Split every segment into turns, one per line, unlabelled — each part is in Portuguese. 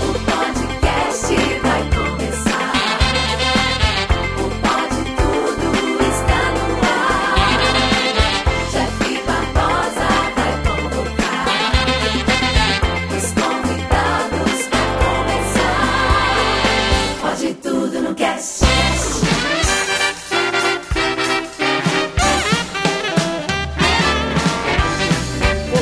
O podcast vai começar. O Pode Tudo está no ar. Chefe Barbosa vai convocar os convidados pra começar. Pode Tudo no Cast.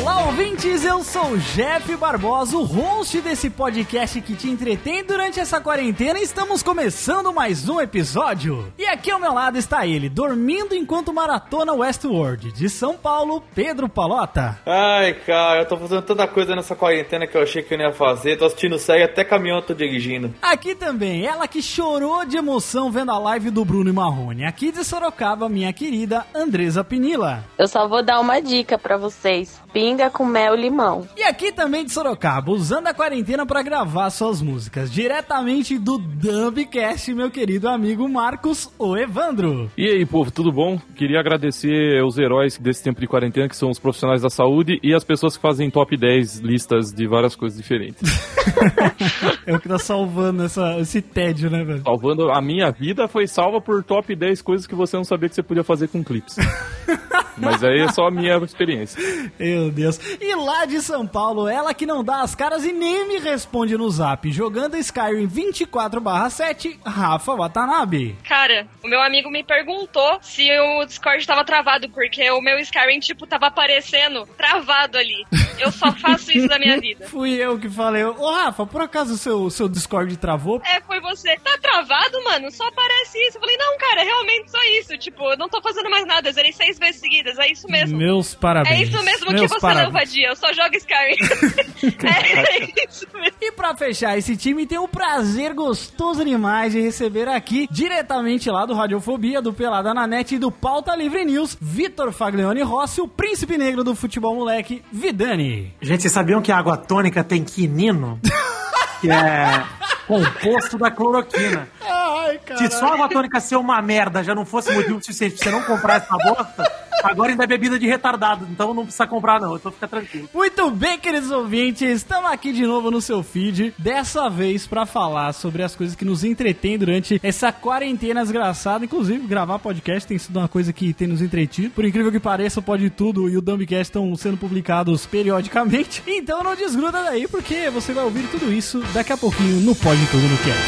Olá, ouvintes! Eu sou o Jeff Barbosa, o host desse podcast que te entretém durante essa quarentena e estamos começando mais um episódio. E aqui ao meu lado está ele, dormindo enquanto maratona Westworld, de São Paulo, Pedro Palota.
Ai, cara, eu tô fazendo tanta coisa nessa quarentena que eu achei que eu não ia fazer. Tô assistindo série, até caminhão eu tô dirigindo.
Aqui também, ela que chorou de emoção vendo a live do Bruno e Marrone. Aqui de Sorocaba, minha querida Andresa Pinila.
Eu só vou dar uma dica pra vocês: pinga com mel e limão.
E aqui também de Sorocaba, usando a quarentena para gravar suas músicas, diretamente do Dumbcast, meu querido amigo Marcos O Evandro.
E aí, povo, tudo bom? Queria agradecer os heróis desse tempo de quarentena, que são os profissionais da saúde e as pessoas que fazem top 10 listas de várias coisas diferentes.
É o que tá salvando essa- esse tédio, né, velho?
Salvando a minha vida foi salva por top 10 coisas que você não sabia que você podia fazer com clipes. Mas aí é só a minha experiência.
Meu Deus. E lá de São Paulo, ela que não dá as caras e nem me responde no zap, jogando Skyrim 24/7, Rafa Watanabe.
Cara, o meu amigo me perguntou se o Discord tava travado, porque o meu Skyrim, tipo, tava aparecendo travado ali. Eu só faço isso na minha vida.
Fui eu que falei, ô Rafa, por acaso o seu, seu Discord travou?
É, foi você. Tá travado, mano? Só aparece isso. Eu falei, não, cara, é realmente só isso. Tipo, eu não tô fazendo mais nada. Eu zerei seis vezes seguidas. É isso mesmo.
Meus parabéns.
é isso mesmo que
Meus
você
parabéns.
não vadia. Eu só jogo Skyrim. é isso mesmo.
E pra fechar esse time, tem o prazer gostoso demais de receber aqui, diretamente lá do Radiofobia, do Pelada na Net e do Pauta Livre News, Vitor Faglione Rossi, o príncipe negro do futebol moleque, Vidani.
Gente, vocês sabiam que a água tônica tem quinino? que é composto da cloroquina.
Ai, cara.
Se só a água tônica ser uma merda já não fosse motivo suficiente pra você não comprar essa bosta, agora ainda é bebida de retardado, então não precisa comprar não, então fica tranquilo.
Muito bem, queridos ouvintes, estamos aqui de novo no seu feed, dessa vez pra falar sobre as coisas que nos entretêm durante essa quarentena desgraçada. Inclusive, gravar podcast tem sido uma coisa que tem nos entretido. Por incrível que pareça, o Pode Tudo e o Dumbcast estão sendo publicados periodicamente. Então não desgruda daí, porque você vai ouvir tudo isso daqui a pouquinho no Pode Tudo no Cast.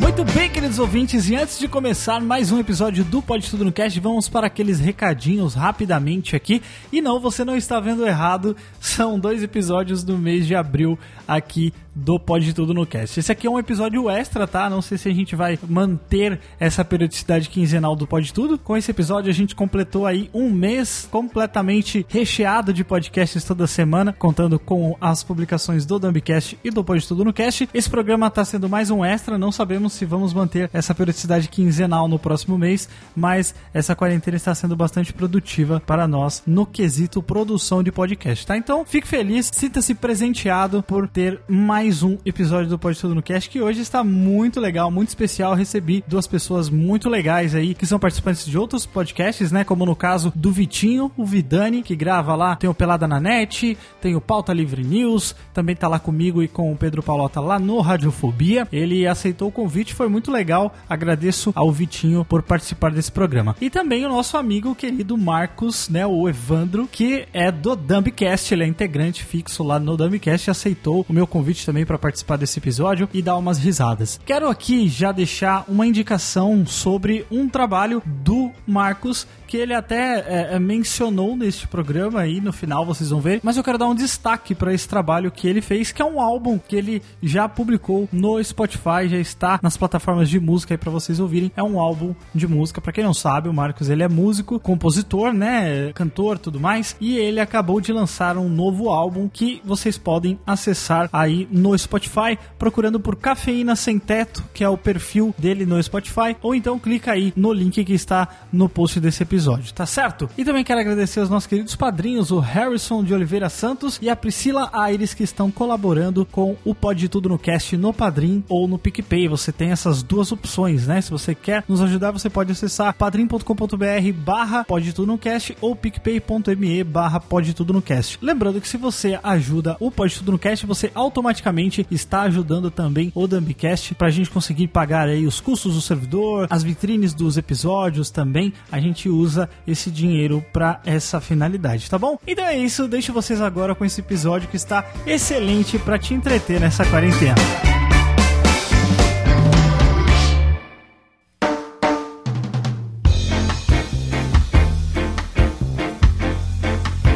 Muito bem, queridos ouvintes, e antes de começar mais um episódio do Pode Tudo no Cast, vamos para aqueles recadinhos rapidamente aqui. E não, você não está vendo errado, são dois episódios do mês de abril aqui do Pode Tudo no Cast. Esse aqui é um episódio extra, tá? Não sei se a gente vai manter essa periodicidade quinzenal do Pode Tudo. Com esse episódio a gente completou aí um mês completamente recheado de podcasts toda semana, contando com as publicações do Dumbcast e do Pode Tudo no Cast. Esse programa tá sendo mais um extra, não sabemos se vamos manter essa periodicidade quinzenal no próximo mês, mas essa quarentena está sendo bastante produtiva para nós no quesito produção de podcast, tá? Então, fique feliz, sinta-se presenteado por ter mais um episódio do Pode Tudo no Cast, que hoje está muito legal, muito especial. Recebi duas pessoas muito legais aí, que são participantes de outros podcasts, né? Como no caso do Vitinho, o Vidani, que grava lá, tem o Pelada na Net, tem o Pauta Livre News, também tá lá comigo e com o Pedro Palota lá no Radiofobia. Ele aceitou o convite, foi muito legal. Agradeço ao Vitinho por participar desse programa. E também o nosso amigo querido Marcos, né, o Evandro, que é do Dumbcast, ele é integrante fixo lá no Dumbcast, aceitou o meu convite também para participar desse episódio e dar umas risadas. Quero aqui já deixar uma indicação sobre um trabalho do Marcos que ele até é, é, mencionou neste programa aí no final vocês vão ver, mas eu quero dar um destaque para esse trabalho que ele fez, que é um álbum que ele já publicou no Spotify, já está nas plataformas de música aí para vocês ouvirem. É um álbum de música, para quem não sabe, o Marcos ele é músico, compositor, né, cantor, tudo mais, e ele acabou de lançar um novo álbum que vocês podem acessar aí no Spotify procurando por Cafeína sem Teto, que é o perfil dele no Spotify, ou então clica aí no link que está no no post desse episódio, tá certo? E também quero agradecer aos nossos queridos padrinhos, o Harrison de Oliveira Santos e a Priscila Aires, que estão colaborando com o Pode Tudo no Cast no Padrim ou no PicPay. Você tem essas duas opções, né? Se você quer nos ajudar, você pode acessar padrim.com.br barra Pode Tudo no Cast ou picpay.me barra Pode Tudo no Cast. Lembrando que se você ajuda o Pode Tudo no Cast, você automaticamente está ajudando também o Dumbcast para a gente conseguir pagar aí os custos do servidor, as vitrines dos episódios também. A gente usa esse dinheiro para essa finalidade, tá bom? Então é isso, deixo vocês agora com esse episódio que está excelente para te entreter nessa quarentena.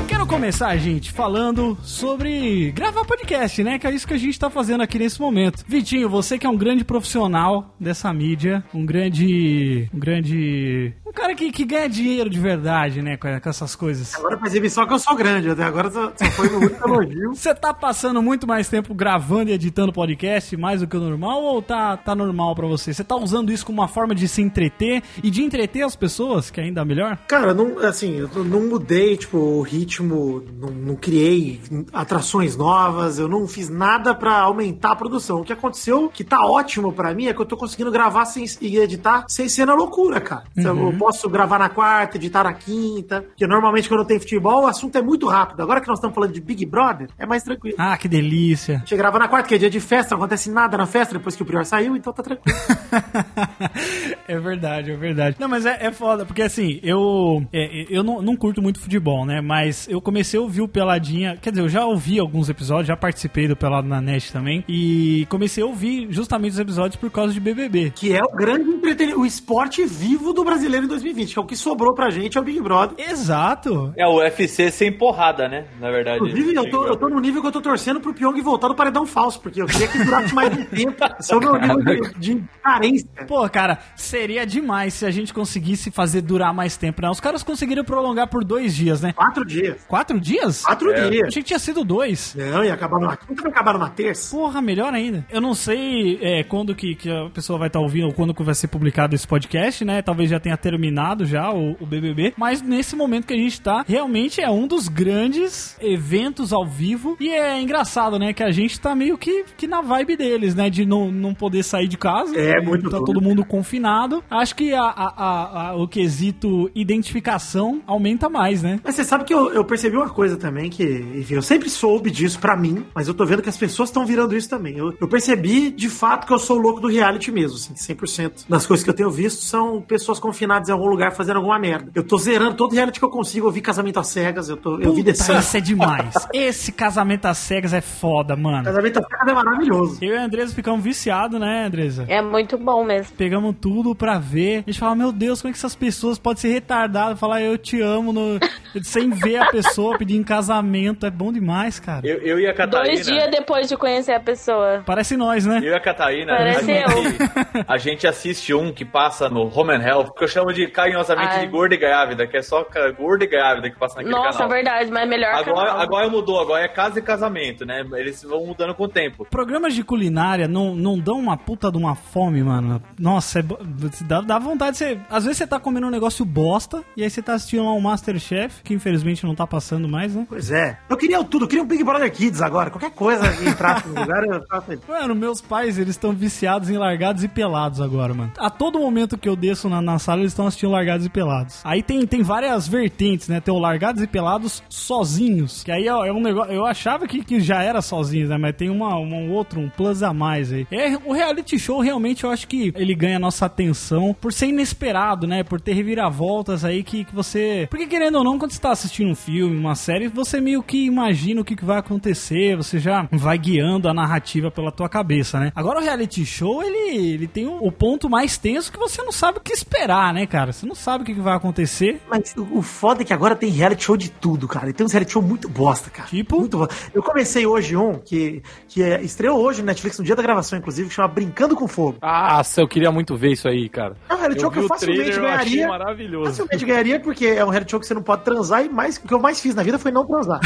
Quero começar, gente, falando sobre gravar podcast, né? Que é isso que a gente tá fazendo aqui nesse momento. Vitinho, você que é um grande profissional dessa mídia, um grande. um grande. um cara que, que ganha dinheiro de verdade, né? Com, com essas coisas.
Agora eu percebi só que eu sou grande, até agora só, só foi no único elogio.
Você tá passando muito mais tempo gravando e editando podcast, mais do que o normal, ou tá, tá normal pra você? Você tá usando isso como uma forma de se entreter e de entreter as pessoas, que ainda é melhor?
Cara, não, assim, eu não mudei, tipo, o ritmo, não, não criei atrações novas, eu não fiz nada pra aumentar a produção. O que aconteceu, que tá ótimo pra mim, é que eu tô conseguindo gravar sem, e editar sem ser na loucura, cara. Então, Eu posso gravar na quarta, editar na quinta, porque normalmente quando tem futebol, o assunto é muito rápido. Agora que nós estamos falando de Big Brother, é mais tranquilo.
Ah, que delícia.
A gente grava na quarta, que é dia de festa, não acontece nada na festa depois que o Prior saiu, então tá tranquilo.
é verdade, é verdade. Não, mas é, é foda, porque assim, eu é, eu não, não curto muito futebol, né? Mas eu comecei a ouvir o Peladinha, quer dizer, eu já ouvi alguns episódios, já participei do Pelado na NET também, e comecei a ouvir justamente os episódios por causa de BBB.
Que é o grande entretenimento, o esporte vivo do brasileiro em 2020, que é o que sobrou pra gente, é o Big Brother.
Exato!
É o UFC sem porrada, né? Na verdade.
Inclusive, eu tô, eu tô num nível que eu tô torcendo pro Pyong voltar do paredão falso, porque eu queria que durasse mais um tempo. Esse é o meu nível de, de carência.
Pô, cara, seria demais se a gente conseguisse fazer durar mais tempo, né? Os caras conseguiram prolongar por dois dias, né?
Quatro dias.
Quatro dias?
Quatro dias.
Achei que tinha sido dois.
Não, ia acabar numa quinta, vai acabar numa terça.
Porra, melhor ainda. Eu não sei é, quando que, que a pessoa vai estar ouvindo ou quando que vai ser publicado esse podcast, né? Talvez já tenha terminado já o, o BBB, mas nesse momento que a gente tá, realmente é um dos grandes eventos ao vivo e é engraçado, né? Que a gente tá meio que, que na vibe deles, né? De não, não poder sair de casa.
É, muito
Tá
bom.
todo mundo confinado. Acho que a, a- a- a- o quesito identificação aumenta mais, né?
Mas você sabe que eu, eu percebi uma coisa também, que enfim, eu sempre soube disso pra mim, mas eu tô vendo que as pessoas estão virando isso também. Eu, eu percebi, de fato, que eu sou o louco do reality mesmo, assim, 100% das coisas que eu tenho visto são pessoas confinadas em algum lugar fazendo alguma merda. Eu tô zerando todo reality que eu consigo, eu vi Casamento às Cegas, eu, tô, eu vi
Puta,
The Sun.
isso é demais. Esse casamento às cegas é foda, mano.
Casamento às Cegas é maravilhoso.
Eu e a Andresa ficamos viciados, né, Andresa?
É muito bom mesmo.
Pegamos tudo pra ver. A gente fala, meu Deus, como é que essas pessoas podem ser retardadas? Falar, eu te amo, no... sem ver a pessoa, pedir em casamento. É bom demais, cara.
Eu, eu e a Catarina.
Dois
né?
dias depois de conhecer a pessoa.
Parece nós, né?
Eu e a Catarina, a
Parece
gente, a gente assiste um que passa no Home and Health, que eu chamo de carinhosamente
Ai.
de gorda e grávida, que é só ca- gorda e grávida que passa naquele
Nossa,
canal.
verdade, mas melhor
Agora,
canal.
agora mudou, agora é casa e casamento, né? Eles vão mudando com o tempo.
Programas de culinária não, não dão uma puta de uma fome, mano. Nossa, é bo- dá, dá vontade de você. Às vezes você tá comendo um negócio bosta e aí você tá assistindo lá um Masterchef, que infelizmente não tá passando mais, né?
Pois é. Eu queria tudo, eu queria um Big Brother Kids agora. Qualquer coisa que entrasse no lugar, eu tava feliz.
Mano, meus pais, eles estão viciados em largados e pelados agora, mano. A todo momento que eu desço na, na sala, eles estão assistindo largados e pelados. Aí tem, tem várias vertentes, né? Tem o largados e pelados sozinhos. Que aí é, é um negócio. Eu achava que, que já era sozinho, né? Mas tem uma, uma- um outro, um plus a mais aí. É, o reality show, realmente, eu acho que ele ganha nossa atenção por ser inesperado, né? Por ter reviravoltas aí que, que você. Porque querendo ou não, quando você tá assistindo um filme, uma série, você meio que imagina o que, que vai acontecer, você já vai guiando a narrativa pela tua cabeça, né? Agora o reality show, ele, ele tem o, o ponto mais tenso que você não sabe o que esperar, né, cara? Você não sabe o que, que vai acontecer.
Mas o o foda é que agora tem reality show de tudo, cara. E tem uns reality show muito bosta, cara.
Tipo?
Muito bosta. Eu comecei hoje um que, que é, estreou hoje no Netflix, no dia da gravação, inclusive, que chama Brincando com Fogo.
Nossa, eu queria muito ver isso aí, cara.
É um reality show que eu
vi o
facilmente
trailer, eu achei
ganharia.
maravilhoso.
Facilmente ganharia, porque é um reality show que você não pode transar e mais, o que eu mais fiz na vida foi não transar.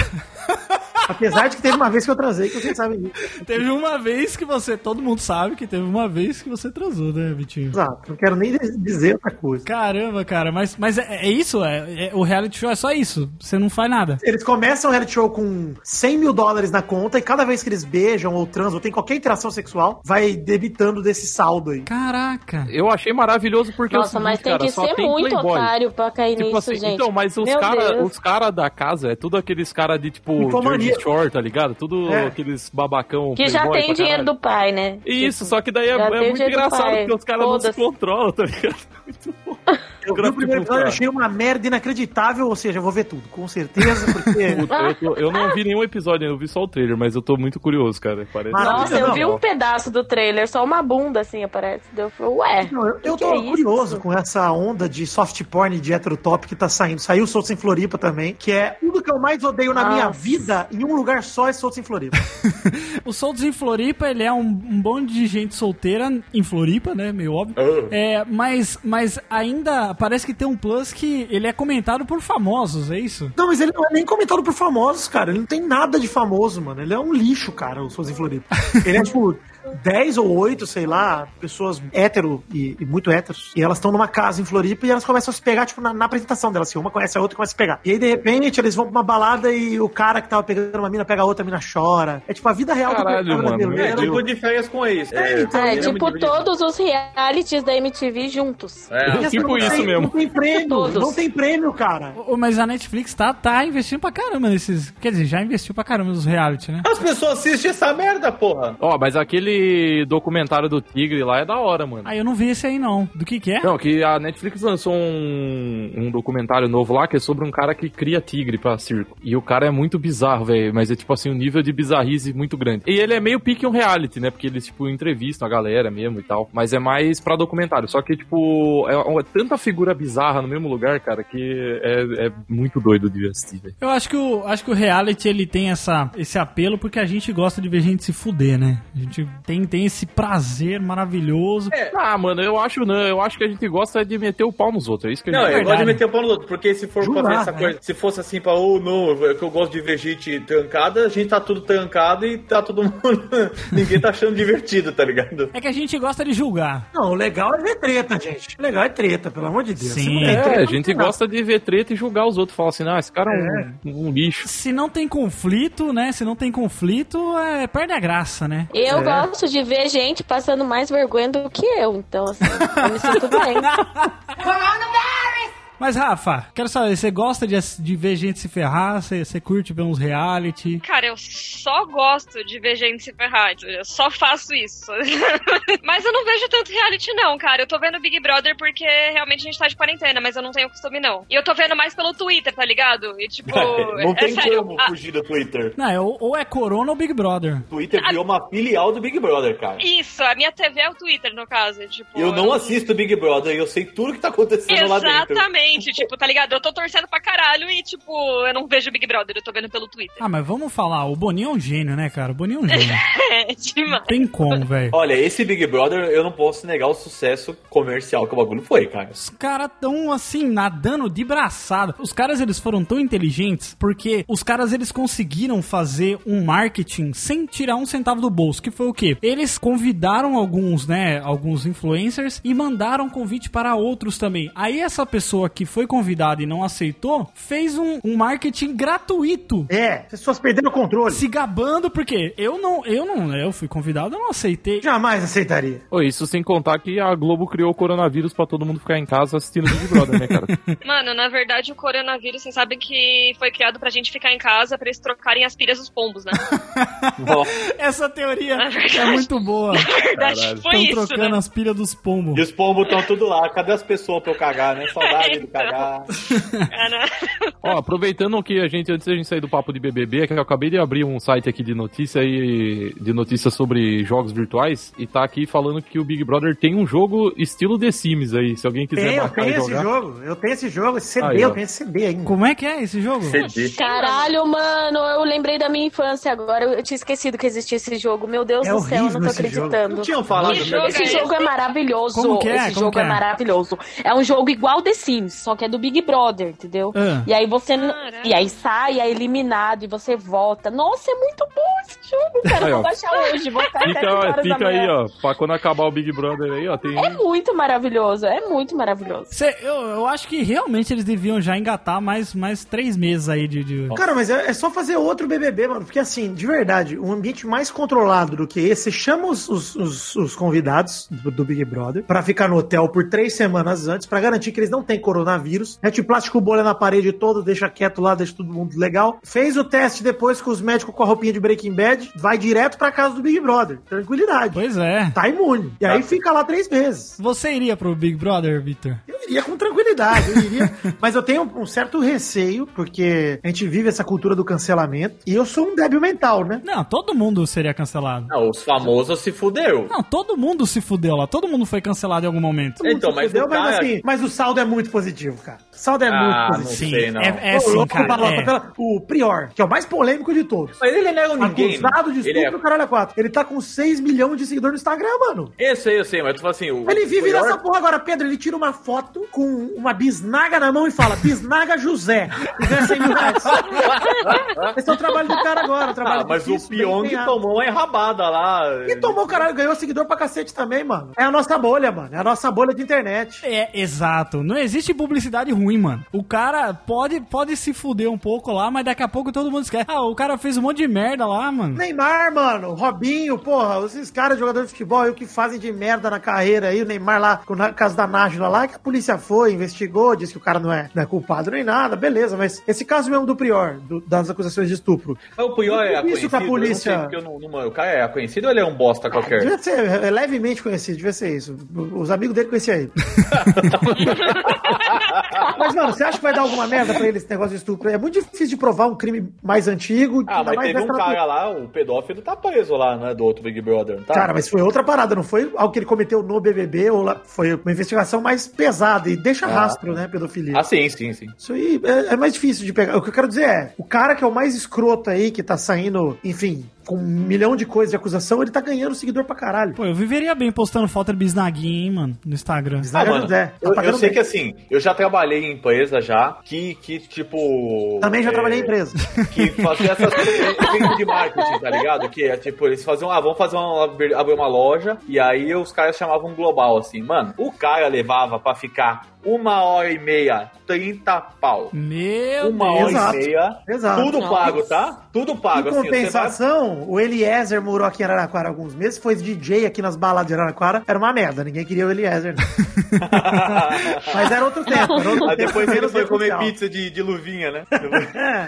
Apesar de que teve uma vez que eu trazei, que vocês sabem disso.
Teve uma vez que você. Todo mundo sabe que teve uma vez que você transou, né, Vitinho?
Exato. Não quero nem dizer outra coisa.
Caramba, cara, mas, mas é, é isso? É, é- o reality show é só isso? Você não faz nada?
Eles começam o reality show com 100 mil dólares na conta e cada vez que eles beijam ou transam ou tem qualquer interação sexual, vai debitando desse saldo aí.
Caraca.
Eu achei maravilhoso porque é o
Nossa,
seguinte,
mas tem
cara,
que
só
ser
tem
muito
playboy.
otário pra cair
Tipo
nisso,
assim,
gente.
então, mas os
Meu
caras
Deus.
os cara da casa é tudo aqueles caras de tipo
Ninfomania.
Jersey Shore, tá ligado? Tudo
É.
aqueles babacão.
Que já
playboy
tem
pra
dinheiro
caralho.
do pai, né?
Isso, só que daí é,
já
é
tem
muito
dinheiro do
engraçado
pai.
porque os caras não se
Foda-se.
controlam, tá ligado? Muito bom.
Eu vi o primeiro episódio, eu achei uma merda inacreditável, ou seja, eu vou ver tudo, com certeza, porque...
Puta, eu, tô- eu não vi nenhum episódio, eu vi só o trailer, mas eu tô muito curioso, cara. Parece.
Maravilha,
Nossa, eu
não.
vi um pedaço do trailer, só uma bunda assim aparece. Deu, eu falei, ué.
Não, eu, eu
que
tô
é isso?
curioso com essa onda de soft porn e de hétero top que tá saindo. Saiu Soltos em Floripa também, que é tudo que eu mais odeio na minha
Nossa.
vida em um lugar só é Soltos em Floripa.
O Soltos em Floripa, ele é um, um bonde de gente solteira em Floripa, né? Meio óbvio. É, mas, mas ainda parece que tem um plus que ele é comentado por famosos, é isso?
Não, mas ele não é nem comentado por famosos, cara. Ele não tem nada de famoso, mano. Ele é um lixo, cara, o Souza em Floripa. Ele é, tipo, 10 ou 8, sei lá, pessoas hétero e, e muito héteros. E elas estão numa casa em Floripa e elas começam a se pegar, tipo, na, na apresentação delas. Assim, uma conhece a outra e começa a se pegar. E aí, de repente, eles vão pra uma balada e o cara que tava pegando uma mina pega a outra, a mina chora. É tipo a vida real
Caralho,
do
mano,
É,
meu Deus.
tipo de férias com ex.
É, então,
É,
eu
tipo todos os realities da MTV juntos.
É,
Essa
tipo
assim, não
isso
tem-
mesmo.
Não tem prêmio,
Todos.
não tem prêmio, cara.
Ô, Mas a Netflix tá, tá investindo pra caramba nesses. Quer dizer, já investiu pra caramba nos reality, né?
as pessoas assistem essa merda, porra.
Ó, mas aquele documentário do Tigre lá é da hora, mano.
Ah, eu não vi esse aí não. Do que que é?
Não, que a Netflix lançou um, um documentário novo lá que é sobre um cara que cria tigre pra circo. E o cara é muito bizarro, velho. Mas é tipo assim, um nível de bizarrice muito grande. E ele é meio pique um reality, né? Porque eles, tipo, entrevistam a galera mesmo e tal. Mas é mais pra documentário. Só que, tipo, é, uma- tanta figura bizarra no mesmo lugar, cara, que é, é muito doido de assistir, velho.
Eu acho que o, acho que o reality ele tem essa, esse apelo porque a gente gosta de ver gente se fuder, né? A gente tem, tem esse prazer maravilhoso.
É.
Ah, mano, eu acho não. Eu acho que a gente gosta de meter o pau nos outros. É isso que a gente
Não, eu gosto
verdade.
de meter o pau no outro, porque se for pra
Jurar,
ver essa
né?
coisa, se fosse assim pra, ou não, é que eu gosto de ver gente trancada, a gente tá tudo trancado e tá todo mundo. Ninguém tá achando divertido, tá ligado?
É que a gente gosta de julgar.
Não, o legal é ver treta, gente. O legal é treta, pelo amor de Deus.
Sim.
Se não tem treta,
É, a
não
gente
tem nada.
gosta de ver treta e julgar os outros. Falar assim, ah, esse cara é um, um lixo.
Se não tem conflito, né? Se não tem conflito, é, perde a graça, né?
Eu
É.
gosto de ver gente passando mais vergonha do que eu, então assim, eu me sinto bem.
Mas, Rafa, quero saber, você gosta de, ass- de ver gente se ferrar? Você, você curte ver uns reality?
Cara, eu só gosto de ver gente se ferrar. Eu só faço isso. mas eu não vejo tanto reality, não, cara. Eu tô vendo Big Brother porque realmente a gente tá de quarentena, mas eu não tenho costume, não. E eu tô vendo mais pelo Twitter, tá ligado? E tipo.
É, Não tem
sério,
como
a-
fugir do Twitter.
Não, é, ou, ou é Corona ou Big Brother.
Twitter criou uma filial do Big Brother, cara.
Isso, a minha TV é o Twitter, no caso. Tipo,
Eu não assisto Big Brother e eu sei tudo que tá acontecendo lá dentro.
Exatamente, tipo, tá ligado? Eu tô torcendo pra caralho e, tipo, eu não vejo Big Brother, eu tô vendo pelo Twitter.
Ah, mas vamos falar, o Boninho é um gênio, né, cara? O Boninho é um gênio.
É demais.
tem como, velho.
Olha, esse Big Brother, eu não posso negar o sucesso comercial que o bagulho foi, cara.
Os caras tão assim, nadando de braçada. Os caras, eles foram tão inteligentes porque os caras, eles conseguiram fazer um marketing sem tirar um centavo do bolso. Que foi o quê? Eles convidaram alguns, né, alguns influencers e mandaram convite para outros também. Aí essa pessoa que foi convidada e não aceitou, fez um, um marketing gratuito.
É, as pessoas perderam o controle.
Se gabando, porque eu não, eu não, né, eu fui convidado, eu não aceitei.
Jamais aceitaria.
Ô, isso sem contar que a Globo criou o coronavírus pra todo mundo ficar em casa assistindo Big Brother, né, cara?
Mano, na verdade, o coronavírus, vocês sabem que foi criado pra gente ficar em casa pra eles trocarem as pilhas dos pombos, né?
Essa teoria
Na verdade-
é muito boa.
Na verdade,
Estão
foi isso,
trocando
né?
as pilhas dos pombos.
E os pombos estão tudo lá. Cadê as pessoas pra eu cagar, né? Saudade de cagar.
Então, Cara,
Ó, aproveitando que a gente, antes da gente sair do papo de BBB, é que eu acabei de abrir um site aqui de notícia e de notícias sobre jogos virtuais e tá aqui falando que o Big Brother tem um jogo estilo The Sims aí, se alguém quiser
Tem, eu
baixar e
tenho esse
jogar.
jogo. Eu tenho esse jogo, esse CD,
Aí, ó.
eu tenho esse CD ainda.
Como é que é esse jogo?
Caralho, mano, eu lembrei da minha infância agora. Eu tinha esquecido que existia esse jogo. Meu Deus
É
do céu, eu não tô
horrível esse jogo.
acreditando.
Não tinham falado
Que
né?
jogo
Esse jogo é maravilhoso.
Como que é?
Esse
Como
jogo
que
é?
é?
maravilhoso. É um jogo igual The Sims, Games, só que é do Big Brother, entendeu?
Ah.
E aí você. n-
Caramba.
E aí sai, é eliminado e você volta. Nossa, é muito bom esse jogo, cara.
Aí,
Eu vou
ó.
baixar hoje, vou ficar até horas
Fica, é,
da
fica
manhã.
aí, ó. Pra quando acabar o Big Brother aí, ó, tem.
É muito maravilhoso, é muito maravilhoso.
Cê- eu, eu acho que realmente eles deviam já engatar mais, mais três meses aí de. de-
Cara, mas é, é só fazer outro BBB, mano. Porque, assim, de verdade, um ambiente mais controlado do que esse, você chama os, os- os- os convidados do, do Big Brother pra ficar no hotel por três semanas antes, pra garantir que eles não têm coronavírus. Mete plástico bolha na parede toda, deixa quieto lá, deixa todo mundo legal. Fez o teste depois com os médicos com a roupinha de Breaking Bad, vai direto pra casa do Big Brother. Tranquilidade.
Pois é.
Tá imune. E aí fica lá três meses.
Você iria pro Big Brother, Victor?
Eu iria com tranquilidade, eu iria. Mas eu tenho um certo receio, porque a gente vive essa cultura do cancelamento. E eu sou um débil mental, né?
Não, todo mundo seria cancelado.
Não, os famosos se fudeu.
Não, todo mundo se fudeu lá. Todo mundo foi cancelado em algum momento.
Então,
Se
mas
fudeu,
o cara-
mas assim, mas o saldo é muito positivo, cara. O saldo é
Ah,
muito
não
positivo.
sei, não.
É, é
Ô,
sim,
louco,
cara.
Baloca,
é.
pela- O Prior, que é o mais polêmico de todos.
Mas ele não é um ninguém.
Acusado de
ele
estupro,
é...
caralho, a quatro. Ele tá com 6 milhões de seguidores no Instagram, mano.
é- Eu sei, eu sei, mas tu fala assim. O
Ele vive
maior-
nessa porra agora, Pedro. Ele tira uma foto com uma bisnaga na mão e fala: Bisnaga José. E ganha 100 mil reais. Esse é o trabalho do cara agora. O trabalho
Ah, mas o
difícil, bem
Pyong
empenhado.
tomou uma enrabada lá.
E tomou, caralho, ganhou seguidor pra cacete também, mano. É a nossa bolha, mano. É a nossa bolha de internet.
É, exato. Não existe publicidade ruim, mano. O cara pode, pode se fuder um pouco lá, mas daqui a pouco todo mundo esquece. Ah, o cara fez um monte de merda lá, mano.
Neymar, mano, Robinho, porra, esses caras jogadores de futebol aí, o que fazem de merda na carreira aí, o Neymar lá, com- na casa da Nájula lá, que a polícia foi, investigou, disse que o cara não é, não é culpado nem nada, beleza, mas esse caso mesmo do Prior, do- das acusações de estupro,
Mas o Pyong é
Tudo
conhecido.
isso que a polícia-
Eu não sei, porque eu não- não- o cara é conhecido ou ele é um bosta qualquer?
devia ser é levemente conhecido, devia ser isso, os amigos dele conheciam ele. mas, mano, você acha que vai dar alguma merda pra ele esse negócio de estupro? É muito difícil de provar um crime mais antigo,
Ah, mas teve um
dessa natureza.
cara lá, o pedófilo tá preso lá, né? Do outro Big Brother, não tá?
Cara, mas foi outra parada, não foi algo que ele cometeu no BBB, ou lá, foi uma investigação mais pesada e deixa rastro, né, pedofilia.
Ah, sim, sim, sim.
Isso aí é, é mais difícil de pegar. O que eu quero dizer é, o cara que é o mais escroto aí, que tá saindo, enfim, com um milhão de coisas de acusação, ele tá ganhando seguidor pra caralho.
Pô, eu viveria bem postando foto de bisnaguinha, hein, mano, no Instagram.
Bisnaga
Ah, mano,
José, tá
eu, eu
pagando
sei
bem.
que assim, eu já trabalhei em empresa já, que, que tipo.
Também já
é,
trabalhei em empresa.
que fazia essas coisas de marketing, tá ligado? Que é tipo, eles faziam, ah, vamos fazer uma, abrir abrir uma loja, e aí os caras chamavam um global, assim, mano, o cara levava pra ficar uma hora e meia, 30 pau.
Meu
Uma
Deus.
hora
Exato.
e meia,
Exato.
tudo
Nossa.
pago, tá? Tudo pago,
Em
assim, você vai-
compensação, o Eliezer morou aqui em Araraquara há alguns meses, foi DJ aqui nas baladas de Araraquara, era uma merda, ninguém queria o Eliezer. né? Mas era outro tempo. Era outro
Aí
tempo,
Ah, depois ele
menos
foi
rede
comer
social.
pizza de, de luvinha, né?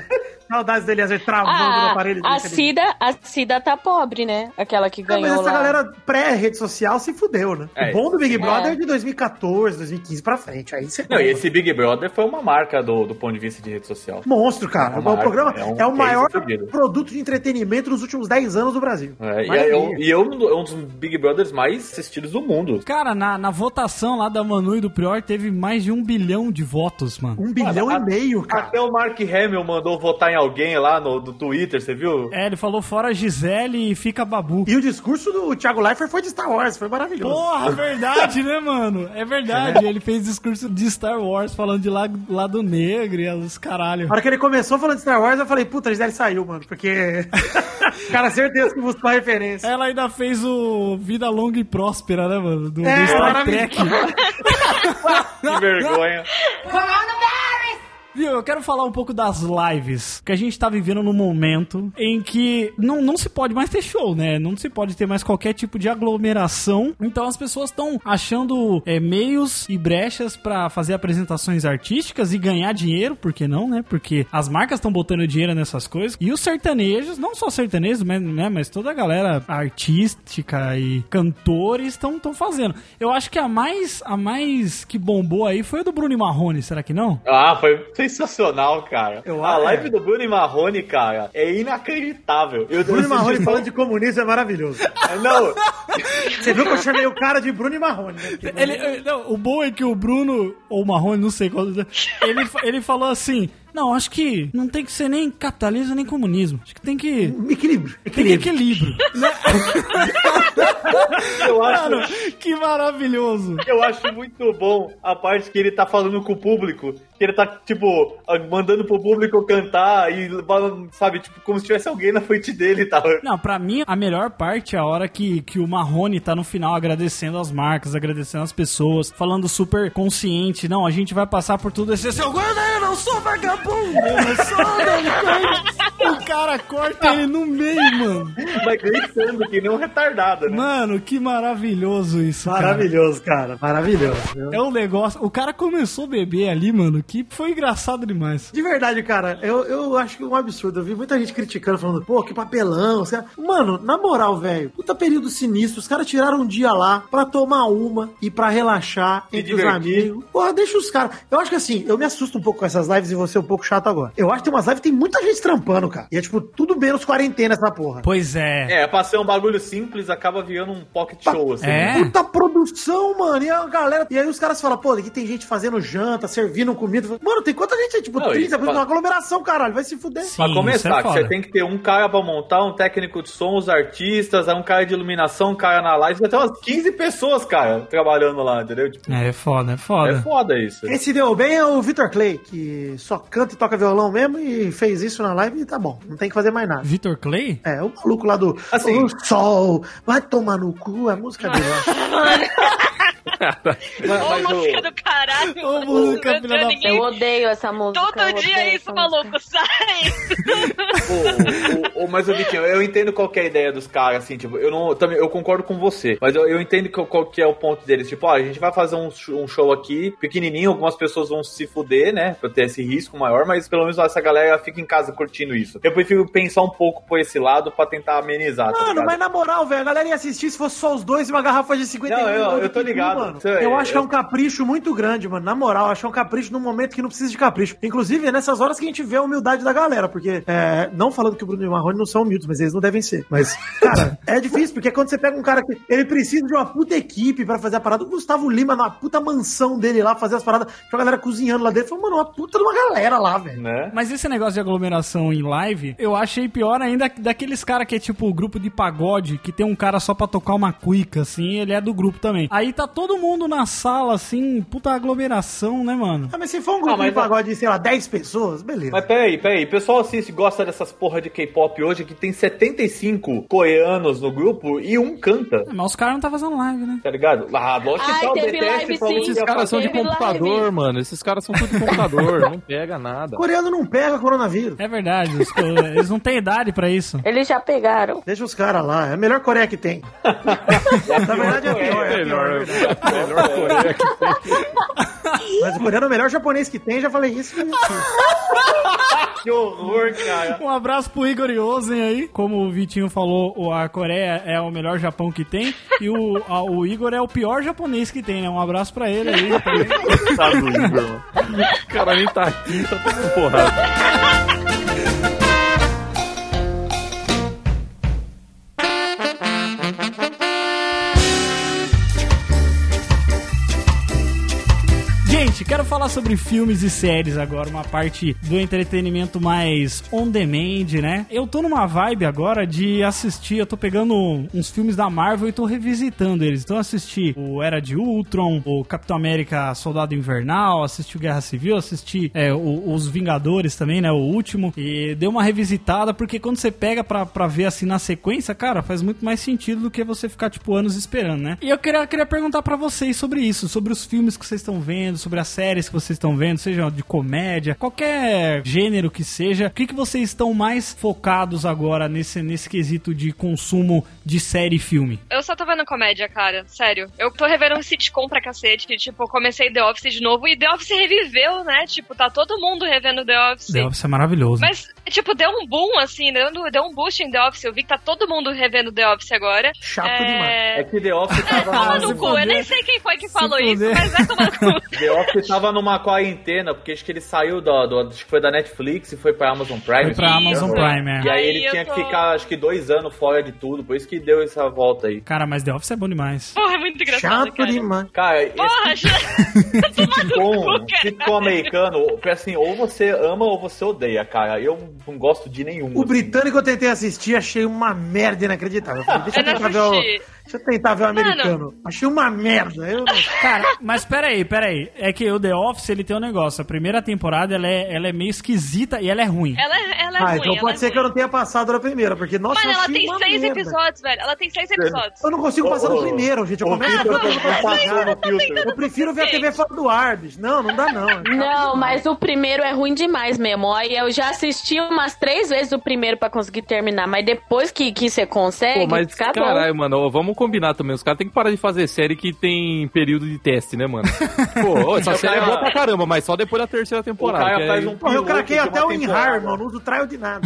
É. Saudades dele, às vezes, travando no
Ah,
Tá aparelho.
a
dele.
Cida, a Cida tá pobre, né? Aquela que
Ah,
ganhou
mas essa
lá.
galera pré-rede social se fudeu, né?
É,
o bom do Big Brother é
É.
de 2014, 2015 pra frente. Aí você é
Não, e esse Big Brother foi uma marca do, do ponto de vista de rede social.
monstro, cara.
É
É
uma
o programa
marca,
é,
é um
o maior
case fudido.
produto de entretenimento dos últimos 10 anos do Brasil.
É, e,
Maravilha.
é um- e é um do- é um dos Big Brothers mais assistidos do mundo.
Cara, na, na votação lá da Manu e do Prior, teve mais de um bilhão de votos, mano.
Um bilhão
a-
e meio, cara.
Até o Mark Hamill mandou votar em alguém lá no do Twitter, você viu?
É, ele falou fora Gisele e fica babu.
E o discurso do Thiago Leifert foi de Star Wars, foi maravilhoso.
Porra, verdade, né, mano? É verdade. Ele fez discurso de Star Wars falando de la- lado negro e os caralho.
Na hora que ele começou falando de Star Wars, eu falei, puta, a Gisele saiu, mano, porque. cara, certeza que buscou a referência.
Ela ainda fez o Vida Longa e Próspera, né, mano? Do, do
É,
Star
maravilha.
Trek.
Que vergonha.
Viu, eu quero falar um pouco das lives que a gente tá vivendo num momento em que não, não se pode mais ter show, né? Não se pode ter mais qualquer tipo de aglomeração. Então as pessoas estão achando é, meios e brechas pra fazer apresentações artísticas e ganhar dinheiro, por que não, né? Porque as marcas estão botando dinheiro nessas coisas. E os sertanejos, não só sertanejos, mas, né, mas toda a galera artística e cantores estão fazendo. Eu acho que a mais, a mais que bombou aí foi a do Bruno e Marrone, será que não?
Ah, foi sensacional, cara.
Eu
a
acho,
live
é.
do Bruno e Marrone, cara, é inacreditável. Eu
Bruno
eu
e Marrone
assisti-
falando de comunismo é maravilhoso.
Não,
Você viu que eu chamei o cara de Bruno e Marrone, né? Porque-
é Ele, eh, não, o bom é que o Bruno, ou o Marrone, não sei qual. Ele, fa- ele falou assim: Não, acho que não tem que ser nem capitalismo nem comunismo. Acho que tem que.
Equilíbrio.
Tem que
Equilíbrio.
equilíbrio.
Eu acho,
Cara, que maravilhoso.
eu acho muito bom a parte que ele tá falando com o público, que ele tá, tipo, mandando pro público cantar e, sabe, tipo, como se tivesse alguém na frente dele tá? e tal.
Não, pra mim, a melhor parte é a hora que, que o Marrone tá no final agradecendo as marcas, agradecendo as pessoas, falando super consciente. Não, a gente vai passar por tudo esse. Seu guarda, eu não sou vagabundo! Eu não sou delinquente! O cara corta ele no meio, mano.
Mas gritando que nem um retardado, né?
Mano, que maravilhoso isso, cara.
Maravilhoso, cara. Maravilhoso. viu?
É um negócio. O cara começou a beber ali, mano, que foi engraçado demais.
De verdade, cara, eu, eu acho que é um absurdo. Eu vi muita gente criticando, falando, pô, que papelão. os caras- Mano, na moral, velho, puta período sinistro. Os caras tiraram um dia lá pra tomar uma e pra relaxar
Se
entre os
divertir.
amigos. Porra, deixa os caras. Eu acho que assim, eu me assusto um pouco com essas lives e você é um pouco chato agora. Eu acho que tem umas lives que tem muita gente trampando, cara. E é tipo, tudo menos quarentena essa porra.
Pois é.
É, pra ser um bagulho simples, acaba virando um pocket show, assim.
É.
né?
Puta produção, mano. E a galera. E aí os caras falam, pô, aqui tem gente fazendo janta, servindo comida. Mano, tem quanta gente aí? Tipo,
Não, e
30,
fala-
uma aglomeração, caralho. Vai se fuder.
Sim,
Pra começar, que
isso é
você
foda.
tem que ter um cara pra montar, um técnico de som, os artistas, aí um cara de iluminação, um cara na live, vai ter umas 15 pessoas, cara, trabalhando lá, entendeu? Tipo,
É, é foda, é
é
foda.
foda isso.
Quem se deu bem é o Vitor Clay, que só canta e toca violão mesmo e fez isso na live e tá bom. Não tem que fazer mais nada.
Vitor Clay?
É, o maluco lá do
Assim.
O Sol, vai tomar no cu, a música é dele. ó.
Mas-
Ô,
mas o-
música do caralho.
Ô, música,
Meu Deus,
filha da
Eu
ninguém-
odeio essa música.
Todo
eu
dia
odeio
é
essa
isso,
música.
maluco, sai!
Tipo, O- o- o- mas o Vitinho, eu entendo qual que é a ideia dos caras, assim, tipo, eu não. Também, eu concordo com você, mas eu, eu entendo qual, qual que é o ponto deles. Tipo, ó, a gente vai fazer um, sh- um show aqui, pequenininho, algumas pessoas vão se fuder, né? Pra ter esse risco maior, mas pelo menos ó, essa galera fica em casa curtindo isso. Eu prefiro pensar um pouco por esse lado pra tentar amenizar. tá
Mano,
ligado?
mas na moral, velho, a galera ia assistir se fosse só os dois e um uma garrafa de 50
Não, eu-
ml de
eu tô
Pitu,
ligado.
mano.
Isso aí,
Eu acho que é
eu-
um capricho muito grande, mano. Na moral, eu acho que é um capricho num momento que não precisa de capricho. Inclusive, é nessas horas que a gente vê a humildade da galera, porque é, não falando que o Bruno e o Marrone não são humildes, mas eles não devem ser. Mas, cara, é difícil, porque quando você pega um cara que ele precisa de uma puta equipe pra fazer a parada, o Gustavo Lima na puta mansão dele lá, fazer as paradas, tinha uma galera cozinhando lá dentro, foi, mano, uma puta de uma galera lá, velho.
Né?
Mas esse negócio de aglomeração em live, eu achei pior ainda daqueles cara que é tipo o grupo de pagode, que tem um cara só pra tocar uma cuica, assim, ele é do grupo também. Aí tá todo mundo na sala, assim, puta aglomeração, né, mano?
Ah, mas se for um grupo
Ah, mas
de pagode de, sei lá, 10 pessoas, beleza.
Mas peraí, peraí, o pessoal assim, se gosta dessas porra de K-pop hoje, que tem 75 coreanos no grupo e um canta.
É, Mas os caras não tá fazendo live, né?
Tá ligado? Ah, lógico que
Ai,
tá, o
teve
BTS
live,
falou
sim.
que
Esses
ia
caras são de
Teve live.
computador, mano. Esses caras são tudo de computador. não pega nada.
Coreano não pega coronavírus.
É verdade, os co- eles não têm idade pra isso.
Eles já pegaram.
Deixa os caras lá, é a melhor Coreia que tem. Na verdade é a pior, é a pior, é verdade.
melhor Coreia que
Mas o coreano é o melhor japonês que tem, já falei isso. isso.
Que horror, cara.
Um abraço pro Igor Yosen aí. Como o Vitinho falou, o- a Coreia é o melhor Japão que tem. E o, a- o Igor é o pior japonês que tem, né? Um abraço pra ele aí.
tá do Igor, mano. O cara nem tá aqui, tá todo porrada.
Gente, quero falar sobre filmes e séries agora, uma parte do entretenimento mais on demand, né? Eu tô numa vibe agora de assistir, eu tô pegando um, uns filmes da Marvel e tô revisitando eles. Então eu assisti o Era de Ultron, o Capitão América Soldado Invernal, assisti o Guerra Civil, assisti é, o- os Vingadores também, né? O último. E deu uma revisitada, porque quando você pega pra, pra ver assim na sequência, cara, faz muito mais sentido do que você ficar, tipo, anos esperando, né? E eu queria, queria perguntar pra vocês sobre isso, sobre os filmes que vocês estão vendo, sobre as séries que vocês estão vendo, seja de comédia, qualquer gênero que seja. O que, que vocês estão mais focados agora nesse, nesse quesito de consumo de série e filme?
Eu só tô vendo comédia, cara. Sério. Eu tô revendo um sitcom pra cacete, que, tipo, comecei The Office de novo e The Office reviveu, né? Tipo, tá todo mundo revendo The Office.
The Office é maravilhoso.
Mas, tipo, deu um boom, assim, deu, deu um boost em The Office. Eu vi que tá todo mundo revendo The Office agora.
Chato
É,
demais.
É que The Office tava,
Toma
Ah, se
no cu,
fuder.
eu nem sei quem foi que
Se
falou isso,
fuder.
mas vai tomar no cu.
The Office tava numa quarentena, porque acho que ele saiu da, do, acho que foi da Netflix e foi pra Amazon Prime.
Foi pra
se não me
Amazon
engano.
Prime, é.
E aí
Aí
ele
eu
tinha que
tô-
ficar, acho que dois anos fora de tudo, por isso que deu essa volta aí.
Cara, mas The Office é bom demais.
Porra, é muito engraçado,
Chato
cara.
demais.
Cara, esse
Porra, chato. Tomar
bom,
no cu,
ficou
cara.
americano, assim, ou você ama ou você odeia, cara. Eu não gosto de nenhum.
O
assim.
britânico eu tentei assistir, achei uma merda inacreditável. Eu falei, deixa eu
Eu não
tentar ver o,
assisti.
deixa eu tentar ver o
Mano. é
americano. Achei uma merda. Eu não
Cara, mas peraí, peraí. É que o The Office, ele tem um negócio. A primeira temporada, ela é, ela é meio esquisita e ela é ruim.
Ela, é- ela é
ah,
ruim,
então
ela
pode
é
ser
ruim.
que eu não tenha passado na primeira, porque nossa,
Mano,
eu
ela
achei
tem
uma
seis
merda.
episódios, velho. Ela tem seis episódios.
Eu não consigo passar
Ô,
no
ô,
primeiro, gente. Eu
ô,
começo a
Vitor,
ver, eu
tá
não consigo
passando
passar.
o filtro.
Eu prefiro ver a TV fora do ar, bicho. Não, não dá não. É
Não, mas o primeiro é ruim demais mesmo. Aí eu já assisti umas três vezes o primeiro pra conseguir terminar, mas depois que, É, que você consegue,
Pô, mas
fica bom.
caralho, mano, ó, vamos combinar também. Os caras têm que parar de fazer série que tem período de teste, né, mano? Pô, ó, essa série é boa pra caramba, mas só depois da terceira
o
temporada.
cara
que
faz
aí-
um
Porra, eu
piloto
craquei
de
até
uma
o
temporada.
Inhar, mano. Não uso trial de nada.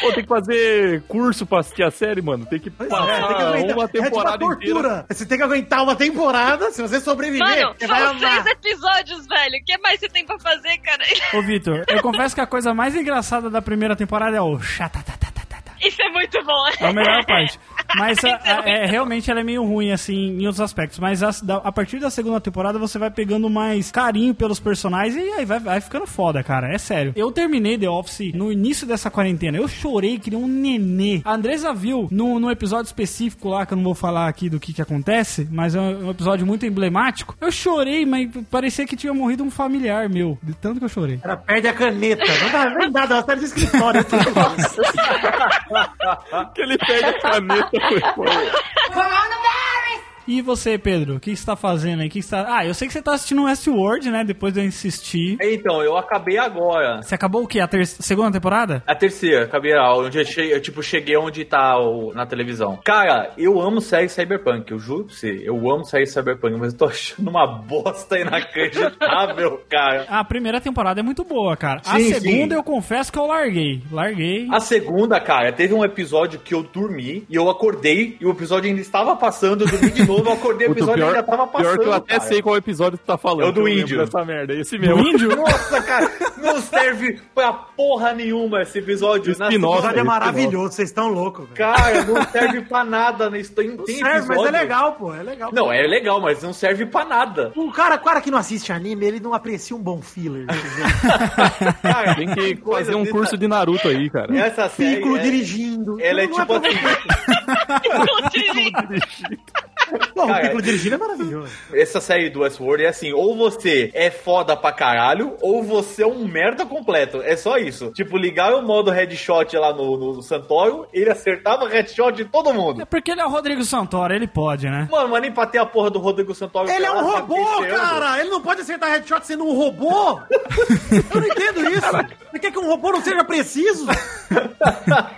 Pô, tem que fazer curso pra assistir a série, mano. Tem que
Pois
passar
é, tem que aguentar.
uma
é tipo uma
temporada
tortura.
inteira.
Você tem que aguentar uma temporada. Se você sobreviver,
Mano, é-
você vai
são
amar.
seis episódios, velho. O que mais você tem pra fazer, cara?
Ô, Vitor, eu confesso que a coisa mais engraçada da primeira temporada é o chatatatatata.
Isso é muito bom.
É a melhor parte. Mas a- a- é, realmente ela é meio ruim, assim, em outros aspectos. Mas as- da- a, partir da segunda temporada você vai pegando mais carinho pelos personagens e aí vai, vai ficando foda, cara. É sério. Eu terminei The Office no início dessa quarentena. Eu chorei, que nem um nenê. A Andresa viu num, num episódio específico lá, que eu não vou falar aqui do que, que acontece, mas é um, um episódio muito emblemático. Eu chorei, mas parecia que tinha morrido um familiar meu. De tanto que eu chorei.
Ela perde a caneta. Não dá, não dá, dá uma série de escritório.
Que ele pega a caneta. foi-
E você, Pedro, o que você tá fazendo aí? O que você tá... Ah, eu sei que você tá assistindo Westworld, né? Depois de eu insistir.
Então, eu acabei agora.
Você acabou o quê? A ter... segunda temporada?
A terceira, acabei a aula, onde eu cheguei, eu, tipo, cheguei onde tá o- na televisão. Cara, eu amo série Cyberpunk, eu juro pra você, eu amo série Cyberpunk, mas eu tô achando uma bosta inacreditável, cara.
A primeira temporada é muito boa, cara. a
Sim,
segunda
sim.
eu confesso que eu larguei. Larguei.
A segunda, cara, teve um episódio que eu dormi e eu acordei e o episódio ainda estava passando, eu dormi de novo, eu acordei e o
Puta,
episódio ainda tava passando.
pior que eu até
cara.
sei qual episódio tu tá falando.
É o do
que eu lembro
índio.
dessa merda, é esse
Do
mesmo.
índio?
Nossa, cara, não serve pra porra nenhuma esse episódio. Na
O
Spin-off.
segunda-
episódio é maravilhoso. Vocês estão loucos, velho.
Cara, não serve pra nada. Né? Isso tem,
Não
tem
serve, mas é
episódio-
legal, pô. É legal.
Não, é legal, mas não serve pra nada.
O cara, o cara que não assiste anime, ele não aprecia um bom filler. entendeu?
Cara,
Tem que
coisa
fazer um
dessa-
curso de Naruto aí, cara.
Essa série.
Piccolo
é-
dirigindo.
Ela é
Não,
tipo
não pra-
assim.
Pô, o
cara,
Piccolo dirigindo é maravilhoso.
Essa série do Westworld é assim: ou você é foda pra caralho, ou você é um merda completo. É só isso. Tipo, ligar o modo headshot lá no, no Santoro, ele acertava headshot de todo
É
mundo.
porque ele é o Rodrigo Santoro, ele pode, né?
Mano, mas nem pra ter a porra do Rodrigo Santoro.
Ele é um
pelado, tá
robô,
aquecendo.
cara! Ele não pode acertar headshot sendo um robô! Eu não entendo isso! Você quer que um robô não seja preciso?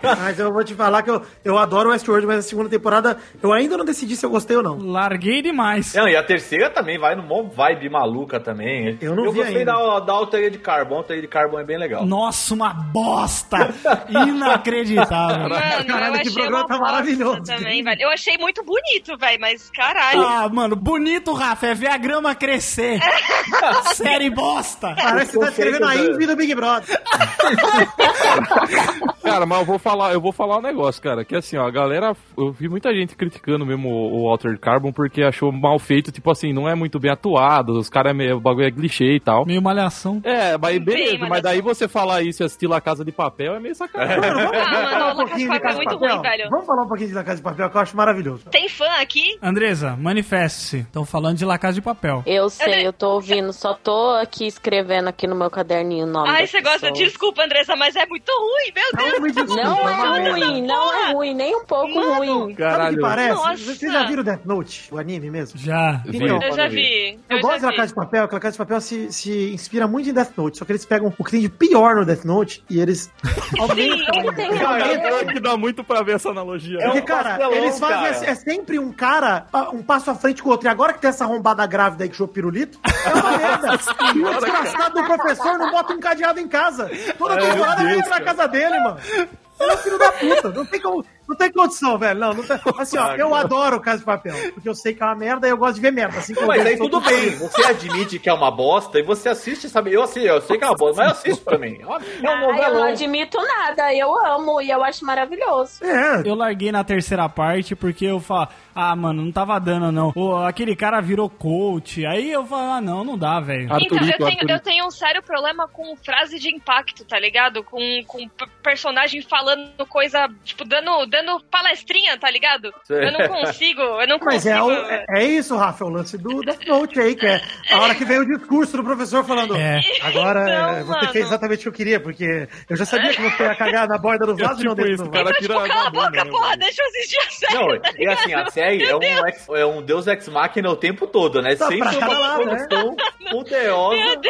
mas eu vou te falar que eu, eu adoro Westworld, mas a segunda temporada eu ainda não decidi se eu gostei ou
Hum.
não.
Larguei demais.
Não, e a terceira também vai no mó vibe maluca também.
Eu não vi
gostei
ainda.
da, da Alteria de Carbon. A Alteria de Carbon é bem legal.
Nossa, uma bosta! Inacreditável.
Mano,
Caralho,
eu
que
achei
programa
uma
tá
bosta
maravilhoso.
Também, velho. Eu achei muito bonito, velho, mas caralho.
Ah, mano, bonito, Rafa, é ver a grama crescer. Série bosta.
Parece que tá escrevendo a
conceitos,
Envy do Big Brother.
Cara, mas eu vou falar, eu vou falar um negócio, cara, que assim, ó, a galera, eu vi muita gente criticando mesmo o, o Altered Carbon porque achou mal feito, tipo assim, não é muito bem atuado, os caras, é meio- o bagulho é clichê e tal.
Meio malhação.
É, mas beleza,
mas
mas
assim-
daí você falar isso e assistir La Casa de Papel é meio sacanagem.
Mano, vamos,
Ah,
vamos
mano,
falar um
o Lucas
pouquinho de
Coca é
Casa de
muito
Papel?
ruim, velho.
Vamos falar um pouquinho de La Casa de Papel, que eu acho maravilhoso.
Tem fã aqui?
Andresa, manifeste-se. Estão falando de La Casa de Papel.
Eu sei, eu tô ouvindo, só tô aqui escrevendo aqui no meu caderninho o nome.
Ai,
das
você gosta.
pessoas.
Tá um
Desculpa, Andressa, mas é muito ruim, meu Deus.
Não me desculpa,
Não
é uma
é
merda.
ruim, não é ruim, nem um pouco
Mano,
ruim.
Sabe o
Caralho.
que parece?
Nossa.
Vocês já viram Death Note, o anime mesmo?
Já.
Vi.
Então,
Eu já vi.
Eu,
já
gosto da
vi.
Casa de Papel, porque a Casa de Papel se, se inspira muito em Death Note, só que eles pegam o que tem de pior no Death Note e eles aumentam.
Não tem
Cara,
nada.
É que dá muito pra ver essa analogia.
É um
Porque, cara,
pastelão,
eles fazem
cara.
assim, é sempre um cara pa- um passo à frente com o outro. E agora que tem essa arrombada grávida aí que chupou pirulito, é uma merda. E o desgraçado do professor não bota um cadeado em casa. Toda temporada ele entra na casa dele, mano. Ele é um filho da puta. Não tem, como, não tem condição, velho. Não, não tem- Assim, ó, eu adoro Casa de Papel. Porque eu sei que é uma merda e eu gosto de ver merda. Assim, como
Mas
eu
aí
sou
tudo
todo-
bem, você admite que é uma bosta e você assiste, sabe? Eu, assim, eu sei que é uma bosta, mas eu assisto também. É uma- É um
Ah, eu não
novelão.
admito nada, eu amo e eu acho maravilhoso.
É,
Eu larguei na terceira parte porque eu falo, ah, mano, não tava dando não. Ô, aquele cara virou coach. Aí eu falo, ah, não, não dá, velho.
Então, eu
Arthurito,
tenho, eu
Arthurito.
tenho um sério problema com frase de impacto, tá ligado? Com, com p- personagem falando coisa, tipo, dando, dando palestrinha, tá ligado? Eu não consigo, eu não
Mas
consigo.
é, o- é, é isso, Rafa, é o lance do Death Note aí, que é a hora que vem o discurso do professor falando.
É.
Agora
Então,
é, você
mano.
fez exatamente o que eu queria, porque eu já sabia que você ia cagar na borda dos
É
vasos e não
tipo
dentro
isso,
do
cara.
vaso.
Então,
tira
tipo, cala
a
a
bunda,
boca,
né,
porra,
mano?
deixa eu assistir a série.
Não,
tá
e assim, a
ligado?
série é um, ex- é um Deus Ex Machina o tempo todo, né?
Tá
Sempre
pra cada
uma
lado, né?
produção conteosa.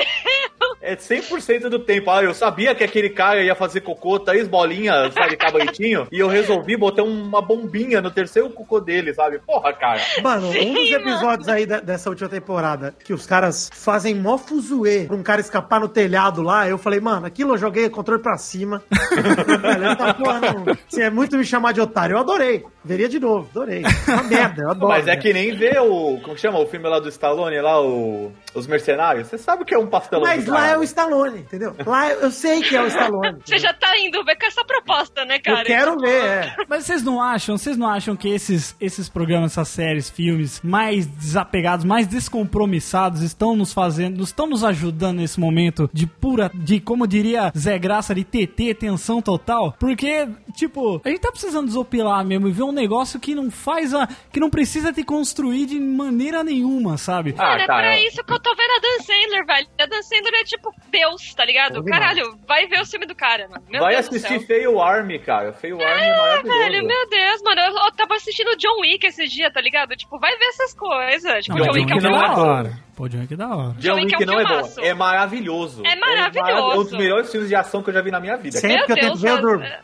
É 100% do tempo. Ah, eu sabia que aquele cara ia fazer cocô, três bolinhas, sabe, cabritinho, e eu resolvi botar uma bombinha no terceiro cocô dele, sabe? Porra, cara.
Mano, um dos episódios aí da- dessa última temporada, que os caras fazem mó fuzuê pra um cara escapar no telhado lá, eu falei, mano, aquilo eu joguei o controle pra cima. Velho, essa porra não- Assim, é muito me chamar de otário. Eu adorei. Veria de novo, adorei. Uma merda, eu adoro.
Mas é
né?
que nem ver o. Como chama? O filme lá do Stallone, lá, o. Os Mercenários. Você sabe o que é um pastelão.
Mas
do
lá é
caralho.
o Stallone, entendeu? Lá eu sei que é o Stallone.
Você já tá indo ver com essa proposta, né, cara?
Eu quero ver, é.
Mas vocês não acham, vocês não acham que esses, esses programas, essas séries, filmes mais desapegados, mais descompromissados estão nos fazendo, estão nos ajudando nesse momento de pura, de como diria Zé Graça, de TT, tensão total? Porque, tipo, a gente tá precisando desopilar mesmo e ver um negócio que não faz a, que não precisa te construir de maneira nenhuma, sabe?
Ah,
Cara, é
cara.
pra isso que eu tô vendo a Dan Sandler, velho. A Dan Sandler é tipo Deus, tá ligado? Caralho, vai ver o filme do cara, mano. Meu
Vai
Deus
assistir
do céu.
Feio um Army, cara. Feio Army é
É,
maravilhoso.
velho, meu Deus, mano. Eu, eu tava assistindo John Wick esse dia, tá ligado? Tipo, vai ver essas coisas. Tipo,
mas
John
John
Wick é um
Wick
filme
não é
da
bom.
hora. Pô, John Wick é da hora.
John Wick não é bom.
um filmaço.
É maravilhoso.
É maravilhoso.
É um dos melhores filmes de ação que eu já vi na minha vida.
Sempre que eu tento ver, eu durmo.
é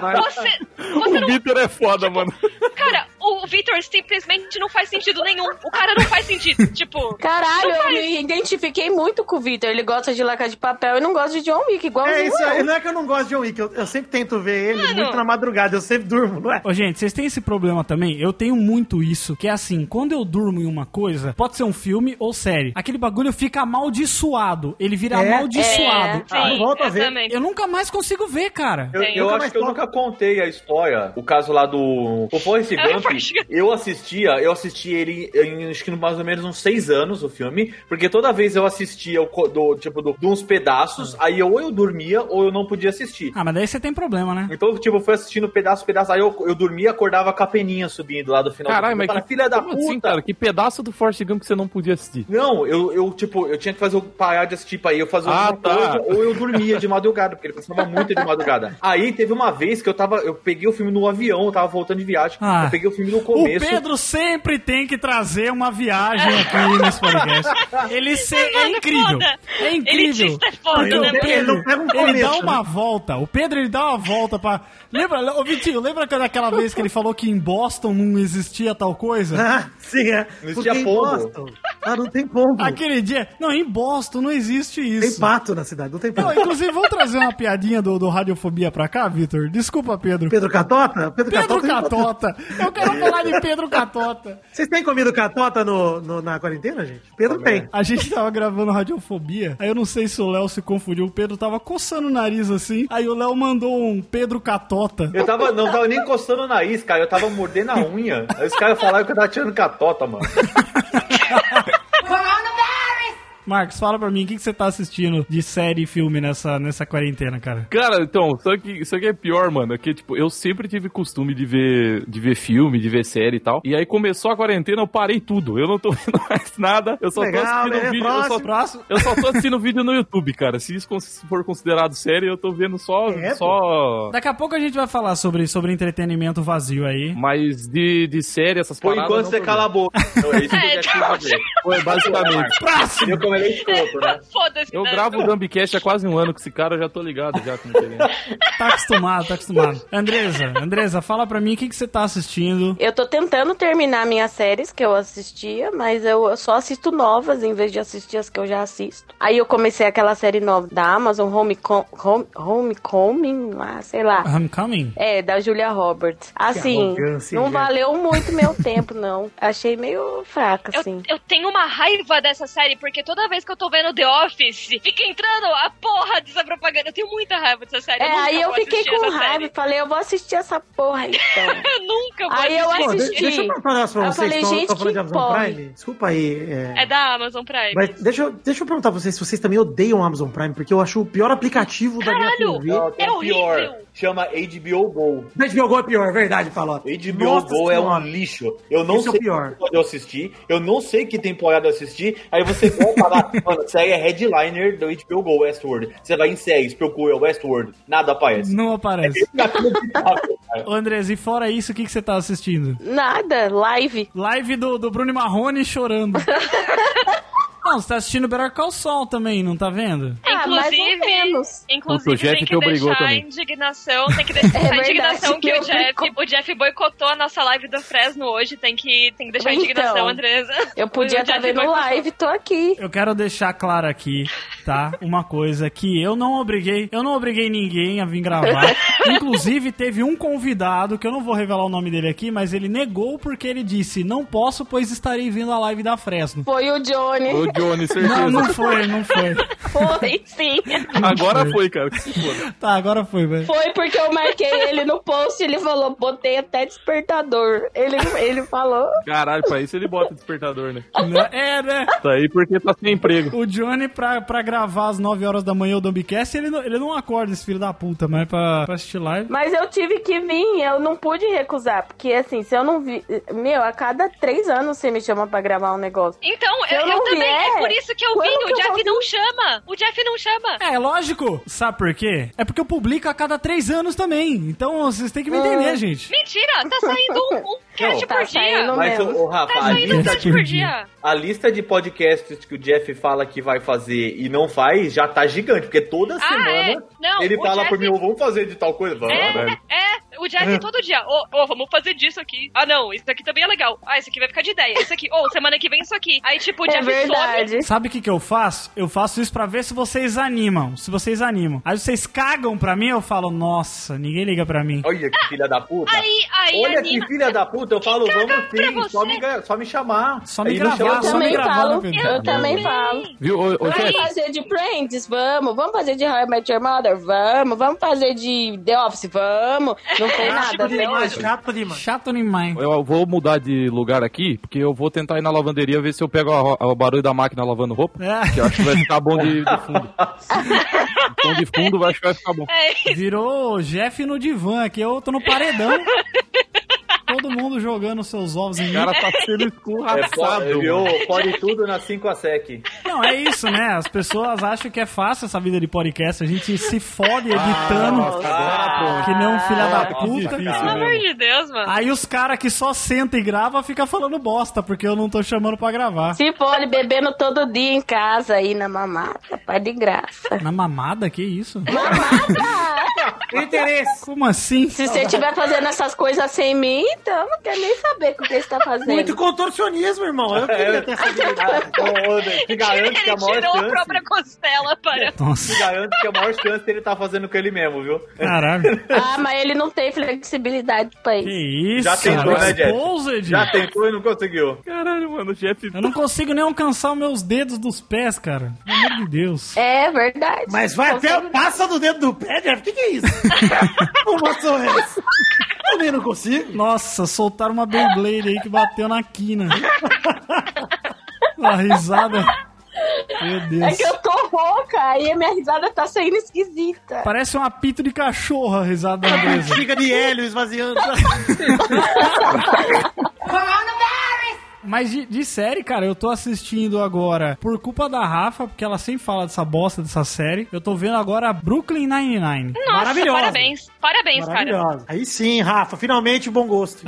Mano, você, você
O
não. Tipo,
Vitor é foda, mano.
Cara, o Victor simplesmente não faz sentido nenhum. O cara não faz sentido. Tipo,
Caralho,
Não
eu
faz.
me identifiquei muito com o Vitor. Ele gosta de Laca de Papel e não gosta de John Wick, igual
É isso aí. Não é que eu não gosto de John Wick, eu, eu sempre tento ver ele
Mano.
muito na madrugada, eu sempre durmo, não é?
Ô, gente, vocês têm esse problema também? Eu tenho muito isso, que é assim, quando eu durmo em uma coisa, pode ser um filme ou série, aquele bagulho fica amaldiçoado, ele vira
É.
amaldiçoado.
sim,
Ah, volta a ver.
exatamente.
Eu nunca mais consigo ver, cara.
Eu,
Tem.
eu
Nunca
acho
mais
que eu
toca.
nunca contei a história. O caso lá do. O Forrest
É,
Gump,
Forrest Gump.
eu assistia, eu assisti ele em acho que mais ou menos uns seis anos o filme, porque toda vez eu assistia o co- do, tipo, do- de uns pedaços, aí eu, ou eu dormia ou eu não podia assistir.
Ah, mas daí você tem problema, né?
Então, tipo, eu fui assistindo pedaço, pedaço. Aí eu, eu dormia e acordava com a peninha subindo lá do final. do
Caralho,
filme. Eu
mas
falei,
que
filha da
como
puta!
Assim, cara, que pedaço do Force Gump que você não podia assistir.
Não, eu, eu, tipo, eu tinha que fazer, o- parar de assistir pra ir, eu fazia
Ah,
alguma
tá.
coisa, ou eu dormia de madrugada, porque ele passava muito de madrugada. Aí teve uma vez que eu tava, eu peguei o filme no avião, eu tava voltando de viagem,
Ah.
eu peguei o filme no
O
começo.
Pedro sempre tem que trazer uma viagem aqui nesse podcast. Ele se... é
Mano,
incrível.
foda.
É
Ele
incrível.
diz que é foda,
Porque
né,
o
mano?
Pedro,
Ele pega um
ele dá
começo,
uma volta. O Pedro, ele dá uma volta pra... Lembra, ô Vitinho, lembra quando aquela vez que ele falou que em Boston não existia tal coisa?
Ah, sim, é.
Não
Porque
existia
em
pombo.
Boston- Ah, não tem pombo.
Aquele dia. Não, em Boston não existe
Tem
isso.
pato na cidade, não tem pombo.
Não, inclusive, vamos trazer uma piadinha do, do Radiofobia pra cá, Vitor? Desculpa, Pedro.
Pedro Catota? Pedro,
Pedro
Catota.
Catota. Eu quero falar de Pedro Catota.
Vocês têm comido catota no, no- na quarentena, gente? Pedro tem.
A gente tava gravando Radiofobia, aí eu não sei se o Léo se confundiu. O Pedro tava coçando o nariz assim, aí o Léo mandou um Pedro Catota.
Eu tava, não tava nem encostando o nariz, cara, eu tava mordendo a unha. Aí os caras falaram que eu tava tirando catota, mano.
Coronavirus!
Marcos, fala pra mim, o que, que você tá assistindo de série e filme nessa, nessa quarentena, cara?
Cara, então, só que isso aqui é pior, mano. É que, tipo, eu sempre tive costume de ver, de ver filme, de ver série e tal. E aí começou a quarentena, eu parei tudo. Eu não tô vendo mais nada. Eu só tô
Legal,
assistindo
né?
vídeo. Eu só,
Próximo.
Próximo.
eu só tô assistindo vídeo no YouTube, cara. Se isso cons- for considerado série, eu tô vendo só.
É,
só...
Daqui a pouco a gente vai falar sobre, sobre entretenimento vazio aí.
Mas de, de série, essas
Por
paradas.
enquanto
não
você
tô
cala a boca. Então, é isso que
É,
eu quero saber.
vendo. Foi basicamente.
Você viu como ele é escroto, né?
Foda-se.
Eu
né?
gravo o Dumbcast há quase um ano com esse cara, eu já tô ligado já com ele. né?
Tá acostumado, tá acostumado. Andresa, Andresa, fala pra mim o que, que você tá assistindo.
Eu tô tentando terminar minhas séries que eu assistia, mas eu eu só assisto novas em vez de assistir as que eu já assisto. Aí eu comecei aquela série nova da Amazon, Homecom Home Homecoming, lá, sei
Ah.
lá.
Homecoming?
É, da Julia Roberts. Assim,
arrogância,
não
hein,
valeu muito meu tempo, não. Achei meio fraca,
Eu,
assim.
eu tenho uma raiva dessa série, porque toda vez que eu tô vendo The Office, fica entrando a porra dessa propaganda. Eu tenho muita raiva dessa série.
É,
nunca
aí eu
vou
fiquei
assistir
com
essa
raiva e
série.
falei, eu vou assistir essa porra então.
Eu nunca vou
Aí eu
assistir.
Pô, de-
assisti.
deixa eu perguntar um negócio pra
Eu
vocês.
falei,
Estão
gente,
falando de
que
Amazon
porra.
Prime? Desculpa aí. é,
É da Amazon Prime.
Mas deixa eu, deixa eu perguntar pra vocês se vocês também odeiam o Amazon Prime, porque eu acho o pior aplicativo
Caralho!
da minha
Não,
TV.
tem
É
um pior.
horrível.
Chama HBO Go.
Mas HBO Go é pior, é verdade, Palota.
HBO
Nossa
Go é um
Senhora.
lixo. Eu não
Esse é o
sei
pior.
que eu assistir, eu não sei que temporada eu assisti. Aí você vai falar, mano, série é headliner do HBO Go Westworld. Você vai em séries, procura Westworld, nada aparece.
Não aparece.
Inacreditável, cara.
Ô, Andresa, e fora isso, o que, que você tá assistindo?
Nada, live.
Live do, do Bruno Marrone chorando. Não, você tá assistindo Better Call Saul também, não tá vendo?
Ah, mais ou
Inclusive-
menos. É
Inclusive,
O Jeff
tem que,
te obrigou
deixar a
também.
indignação, tem que deixar a
verdade,
indignação que
me
o Jeff, o Jeff boicotou a nossa live do Fresno hoje, tem que, tem que deixar a
Então,
indignação, Andresa.
Eu podia
O
estar
Jeff
vendo
boicotou.
live, tô aqui.
Eu quero deixar claro aqui, tá? Uma coisa que eu não obriguei, eu não obriguei ninguém a vir gravar. Inclusive, teve um convidado, que eu não vou revelar o nome dele aqui, mas ele negou porque ele disse: não posso, pois estarei vindo à live da Fresno.
Foi o Johnny.
Ô, Johnny, certeza.
Não, não foi, não foi.
Foi, sim.
Agora foi, cara. que se foda.
Tá, agora foi, velho.
Foi porque eu marquei ele no post ele falou, botei até despertador. Ele, ele falou.
Caralho, pra isso ele bota despertador, né?
Né? É, né?
Tá aí porque tá sem emprego.
O Johnny, pra, pra gravar às 9 horas da manhã o Dumbcast, ele não, ele não acorda esse filho da puta, mas pra, pra assistir live.
Mas eu tive que vir, eu não pude recusar. Porque assim, se eu não vi. Meu, a cada três anos você me chama pra gravar um negócio.
Então,
Se
eu,
eu
eu
não
também,
vier,
é por isso que eu
quando
vim,
que
o
eu
Jeff
vou
não chama, o Jeff não chama.
É, lógico. Sabe por quê? É porque eu publico a cada três anos também. Então vocês têm que me entender, gente.
Mentira, tá saindo um, um cast
Não,
tá
por dia.
saindo-
Mas, ô, ô, Rafa,
Tá
a
saindo um
lista,
cast por dia.
a lista de podcasts que o Jeff fala que vai fazer e não faz já tá gigante, porque toda
Ah, é.
semana
Não,
ele
o
fala
Jeff-
por mim, "Ô, vamos fazer de tal coisa, vamos.
É, é, o Jeff todo dia. Ô, ô, vamos fazer disso aqui. Ah, não, isso aqui também é legal. Ah, isso aqui vai ficar de ideia. Isso aqui, ô, semana que vem isso aqui. Aí, tipo, o
É
Jeff some.
verdade.
Sabe o que, que eu faço? Eu faço isso pra ver se vocês animam. Se vocês animam. Aí vocês cagam pra mim, eu falo, nossa, ninguém liga pra mim.
Olha que filha da puta.
Aí, aí,
Olha
anima.
que filha da puta, eu falo,
caga
vamos
pra
sim, só
você.
me, ga- só me chamar.
Só me
Aí não
Tá
gravar,
chama-
só me
também
gravar,
falo,
né, Pedro?
Eu também
Sim.
falo.
Viu, ô, ô
Vamos
Jeff?
fazer de Friends? Vamos. Vamos fazer de How I Met Your Mother? Vamos. Vamos fazer de The Office? Vamos. Não
Ah,
foi nada
Chato
até
demais,
hoje.
chato demais.
Chato demais.
Eu vou mudar de lugar aqui, porque eu vou tentar ir na lavanderia ver se eu pego a- a- o barulho da máquina lavando roupa. Que eu
É,
acho que vai ficar bom de, de fundo. De Som de fundo, eu acho que vai ficar bom.
virou Jeff no divã aqui. Eu tô no paredão. Todo mundo jogando seus ovos em
O
mim.
cara tá sendo
É,
escurraçado.
pode,
mano.
viu? Pode tudo na 5 a sec.
Não, é isso, né? As pessoas acham que é fácil essa vida de podcast. A gente se fode editando.
Ah,
tá?
nossa, agora
que nem um filho da
que
puta.
difícil,
Pelo
cara.
amor de Deus, mano.
Aí os caras que só senta e grava fica falando bosta, porque eu não tô chamando pra gravar.
Se for ele bebendo todo dia em casa aí na mamata, pai de graça.
Na mamada, que isso?
Interesse.
Como assim?
Se você estiver fazendo essas coisas sem mim, então não quero nem saber o que você está fazendo.
Muito contorcionismo, irmão. Eu
É.
queria ter essa habilidade.
Ô, ô, André, Te garanto que
Ele
a maior
tirou a
chance.
própria costela para.
Te
Nossa,
garanto que a maior chance ele tá fazendo com ele mesmo, viu?
caralho.
Ah, mas ele não tem flexibilidade pra isso.
Que isso,
Já tentou,
cara.
né, Jeff?
Exposed.
Já tentou e não conseguiu.
É.
Caralho, mano, o Jeff.
Eu não consigo nem alcançar os meus dedos dos pés, cara. Pelo amor de Deus.
É verdade.
Mas vai até o passa do dedo do pé, Jeff. O que, que é isso? Uma só essa. Também não consigo.
Nossa, soltaram uma Beyblade aí que bateu na quina. Uma risada Meu
É
Deus.
que eu tô rouca e a minha risada tá saindo esquisita.
Parece um apito de cachorro a risada da Andresa.
Fica de hélio esvaziando.
Mas de, de série, cara, eu tô assistindo agora por culpa da Rafa, porque ela sempre fala dessa bosta dessa série. Eu tô vendo agora Brooklyn Nine-Nine.
Nossa,
Maravilhosa.
parabéns. Parabéns, cara.
Maravilhosa. Aí sim, Rafa, finalmente um bom gosto.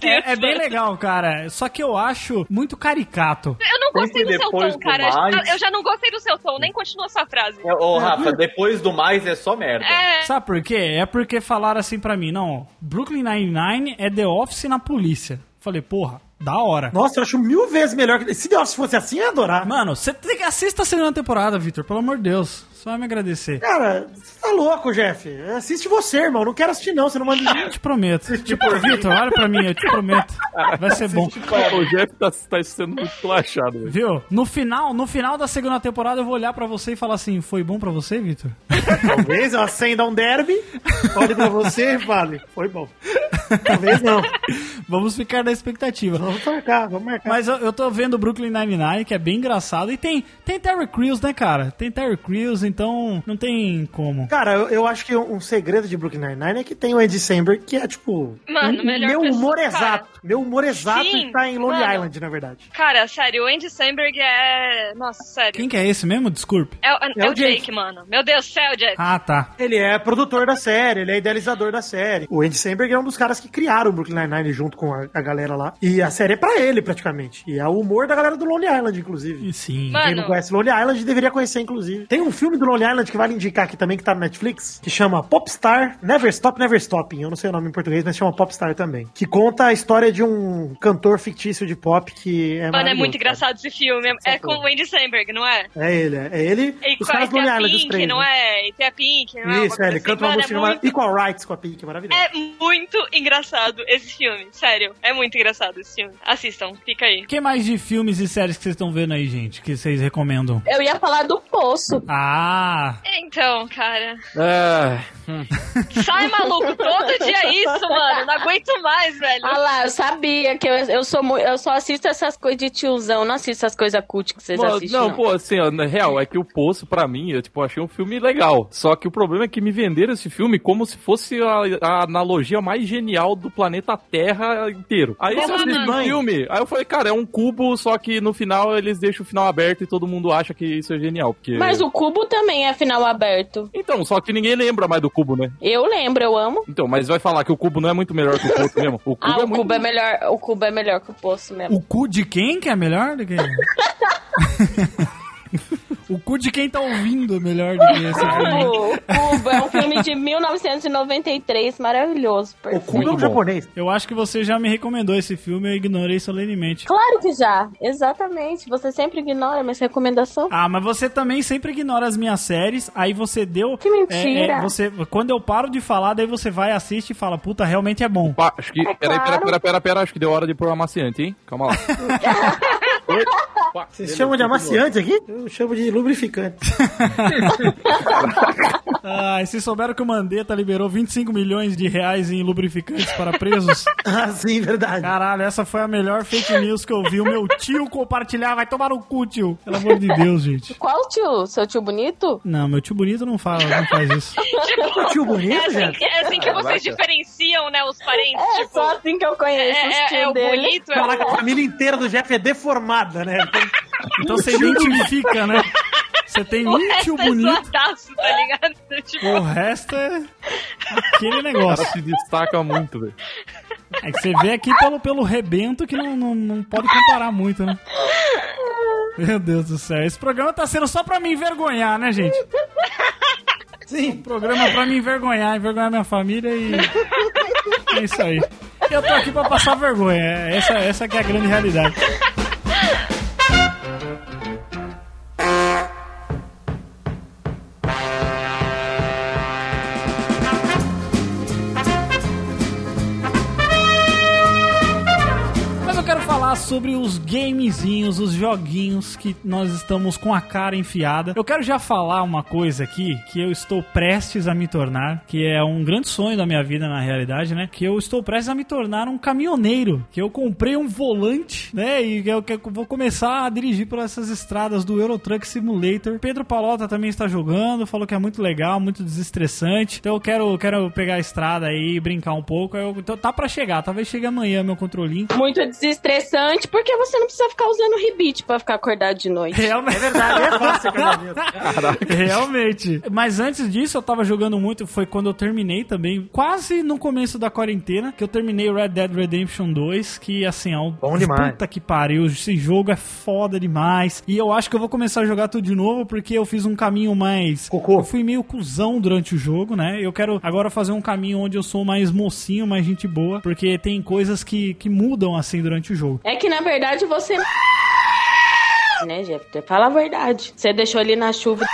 É, é bem legal, cara. Só que eu acho muito caricato.
Eu não gostei do
Sempre
seu
depois
tom,
do
cara.
mais. É
Eu já não gostei do seu tom, nem continua sua frase.
Ô, Rafa, depois do mais é só merda.
É,
Sabe por quê? É porque falaram assim pra mim, não, Brooklyn Nine-Nine é The Office na polícia. Falei, porra, da hora.
Nossa, eu acho mil vezes melhor que. Se Deus fosse assim, eu ia adorar.
Mano, você tem que assista a segunda temporada, Vitor, pelo amor de Deus. Você vai me agradecer.
Cara, você tá louco, Jeff. Assiste você, irmão. Não quero assistir, não. Você não manda.
Eu te prometo. Tipo, Vitor, olha pra mim, eu te prometo. Vai ser bom.
O Jeff tá, tá sendo muito relaxado, velho.
Viu? No final, no final da segunda temporada eu vou olhar pra você e falar assim: "Foi bom pra você, Vitor?"
Talvez eu acenda um derby, olhe pra você e fale. Foi bom. Talvez não.
Vamos ficar na expectativa.
Vamos marcar, vamos marcar.
Mas eu, eu tô vendo Brooklyn Nine-Nine, que é bem engraçado. E tem, tem Terry Crews, né, cara? Tem Terry Crews, então não tem como.
Cara, eu, eu acho que um um segredo de Brooklyn Nine-Nine é que tem o Andy Samberg, que é tipo.
Mano,
o
melhor
meu
pessoa,
humor
cara.
exato. Meu humor exato
Sim,
está em Lonely
mano.
Island, na verdade.
cara, sério, o Andy Samberg é. Nossa, sério.
Quem que é esse mesmo? Desculpe.
É, é- é o Jake, mano. Meu Deus do céu, Jake.
Ah, tá.
Ele é produtor da série, ele é idealizador da série. O Andy Samberg é um dos caras que criaram o Brooklyn Nine-Nine junto com a, a galera lá. E a série é pra ele, praticamente. E é o humor da galera do Lonely Island, inclusive.
E Sim.
Mano.
Quem não conhece Lonely Island deveria conhecer, inclusive. Tem um filme do Lonely Island que vale indicar aqui também, que tá no Netflix, que chama Popstar Never Stop, Never Stopping. Eu não sei o nome em português, mas chama Popstar também. Que conta a história de um cantor fictício de pop que é
Mano, é
maravilhoso,
muito
cara.
engraçado esse filme. É- É com o Andy Samberg, não é?
É ele, é ele.
E, com-
os caras
e
do
tem
Lonely
a
Island, os
Pink,
três.
não
né?
é? E tem a Pink, não é? Uma
Isso,
coisa
é, ele
assim.
canta uma
Mano,
música
é
chamada
muito-
Equal Rights com a Pink, maravilhoso.
É muito engraçado esse filme, sério. É muito engraçado esse filme. Assistam, fica aí.
O que mais de filmes e séries que vocês estão vendo aí, gente? Que vocês recomendam?
Eu ia falar do poço.
Ah,
Então, cara.
É,
Sai, maluco, todo dia é isso, mano. Não aguento mais, velho.
Ah lá, eu sabia que eu, eu sou mu- eu só assisto essas coisas de tiozão, não assisto essas coisas cult que vocês
Pô,
assistem.
não,
Não,
pô, assim, ó, na real, é que o Poço, pra mim, eu, tipo, achei um filme legal. Só que o problema é que me venderam esse filme como se fosse a, a analogia mais genial do planeta Terra inteiro. Aí
Como
você assiste
assim?
o filme, aí eu falei, cara, é um cubo, só que no final eles deixam o final aberto e todo mundo acha que isso é genial. Porque...
Mas o cubo também é final aberto.
Então, só que ninguém lembra mais do cubo, né?
Eu lembro, eu amo.
Então, mas vai falar que o cubo não é muito melhor que o Poço mesmo? O cubo
Ah,
é
o
muito
cubo é melhor, o cubo é melhor que o poço mesmo.
o cu de quem que é melhor do que. o cu de quem tá ouvindo é melhor do que esse filme.
Cubo, Cubo é um filme de 1993, maravilhoso.
O
perfeito.
Kubo é um
Muito bom.
japonês.
Eu acho que você já me recomendou esse filme, eu ignorei solenemente.
Claro que já, exatamente. Você sempre ignora, mas recomendação.
Ah, mas você também sempre ignora as minhas séries, aí você deu. é,
Que mentira.
você, quando eu paro de falar, daí você vai, assiste e fala, puta, realmente é bom.
Opa, acho que. Peraí, pera,
Ah, claro.
pera, pera, pera, acho que deu hora de pôr o amaciante, hein? Calma lá. Opa,
Vocês
beleza,
chamam de
continua.
amaciante aqui? Eu chamo de lubrificante.
Ah, e se souberam que o Mandetta liberou 25 milhões de reais em lubrificantes para presos?
ah, sim, verdade.
Caralho, essa foi a melhor fake news que eu vi. O meu tio compartilhar, vai tomar no cu, tio. Pelo amor de Deus, gente.
Qual tio? Seu tio bonito?
Não, meu tio bonito não fala, não faz isso.
Tipo,
Tio
é
bonito,
assim,
gente.
que- é assim que vocês
Caraca.
diferenciam, né, os parentes.
É
tipo,
só assim que eu conheço
é,
os
é-
tio
é o
dele.
bonito, é
Caraca,
o.
a família inteira do Jeff é deformada, né?
Então você identifica, né? Você tem
O
um tio
resto é
bonito,
zoadaço, tá ligado? Tipo,
o resto é aquele
O cara
negócio.
se destaca muito, velho.
É que você vê aqui pelo, pelo rebento que não, não, não pode comparar muito, né? Meu Deus do céu, esse programa tá sendo só pra me envergonhar, né, gente? Sim. Um programa pra me envergonhar, envergonhar minha família e. É isso aí. Eu tô aqui pra passar vergonha, é- essa, essa que é a grande realidade. Mas eu quero falar falar sobre os gamezinhos, os joguinhos que nós estamos com a cara enfiada. Eu quero já falar uma coisa aqui que eu estou prestes a me tornar, que é um grande sonho da minha vida na realidade, né? Que eu estou prestes a me tornar um caminhoneiro, que eu comprei um volante, né? E eu que- vou começar a dirigir por essas estradas do Euro Truck Simulator. Pedro Palota também está jogando, falou que é muito legal, muito desestressante. Então eu quero, quero pegar a estrada aí e brincar um pouco. Aí eu- então tá pra chegar, talvez chegue amanhã meu controlinho.
Muito desestressante, porque você não precisa ficar usando ribite pra ficar acordado de noite.
Realmente.
verdade, é fácil casamento.
Realmente. Mas antes disso, eu tava jogando muito. Foi quando eu terminei também, quase no começo da quarentena, que eu terminei Red Dead Redemption 2. Que assim, é um.
Bom demais.
Puta que pariu. Esse jogo é foda demais. E eu acho que eu vou começar a jogar tudo de novo, porque eu fiz um caminho mais.
Cocô.
Eu fui meio cuzão durante o jogo, né? Eu quero agora fazer um caminho onde eu sou mais mocinho, mais gente boa, porque tem coisas que, que mudam assim durante o jogo.
É que na verdade você. Né, Jeff? Fala a verdade. Você deixou ele na chuva.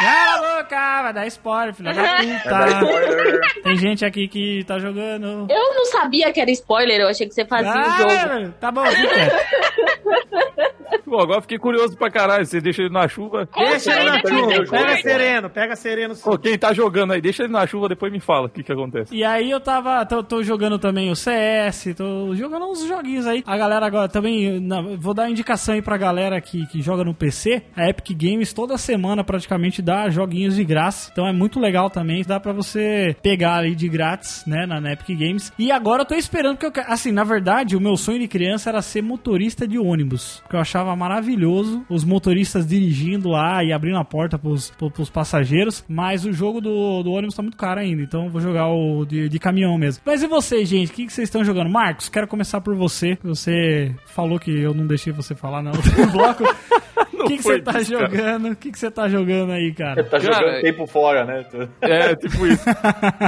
Cala a boca, vai dar spoiler, filha da puta.
Spoiler.
Tem gente aqui que tá jogando.
Eu não sabia que era spoiler, eu achei que você fazia o jogo.
velho, Tá bom, fica.
Pô, agora eu fiquei curioso pra caralho. Você deixa ele na chuva.
Deixa ele na
Tá jogando
chuva,
jogo,
pega
né?
sereno, pega sereno. sim.
Ô, quem tá jogando aí, deixa ele na chuva, depois me fala o que que acontece.
E aí eu tava. Tô, tô jogando também o CS, tô jogando uns joguinhos aí. A galera agora também. na- vou dar uma indicação aí pra galera que, que joga no PC. A Epic Games toda semana praticamente dá joguinhos de graça. Então é muito legal também. Dá pra você pegar ali de grátis, né? Na, na Epic Games. E agora eu tô esperando, porque eu, que- assim, na verdade, o meu sonho de criança era ser motorista de ônibus. Que eu achava maravilhoso. Os motoristas dirigindo lá e abrindo a porta pros, pro- pros passageiros. Mas o jogo do, do ônibus tá muito caro ainda. Então eu vou jogar o de, de caminhão mesmo. Mas e vocês, gente? O que, que vocês estão jogando? Marcos, quero começar por você. Você falou que eu não deixei você falar no outro bloco. O que, que
foi
você tá
disso, cara. É
jogando? O que, que você tá jogando aí, cara?
Tá jogando
Cara,
tempo fora, né?
É, tipo isso.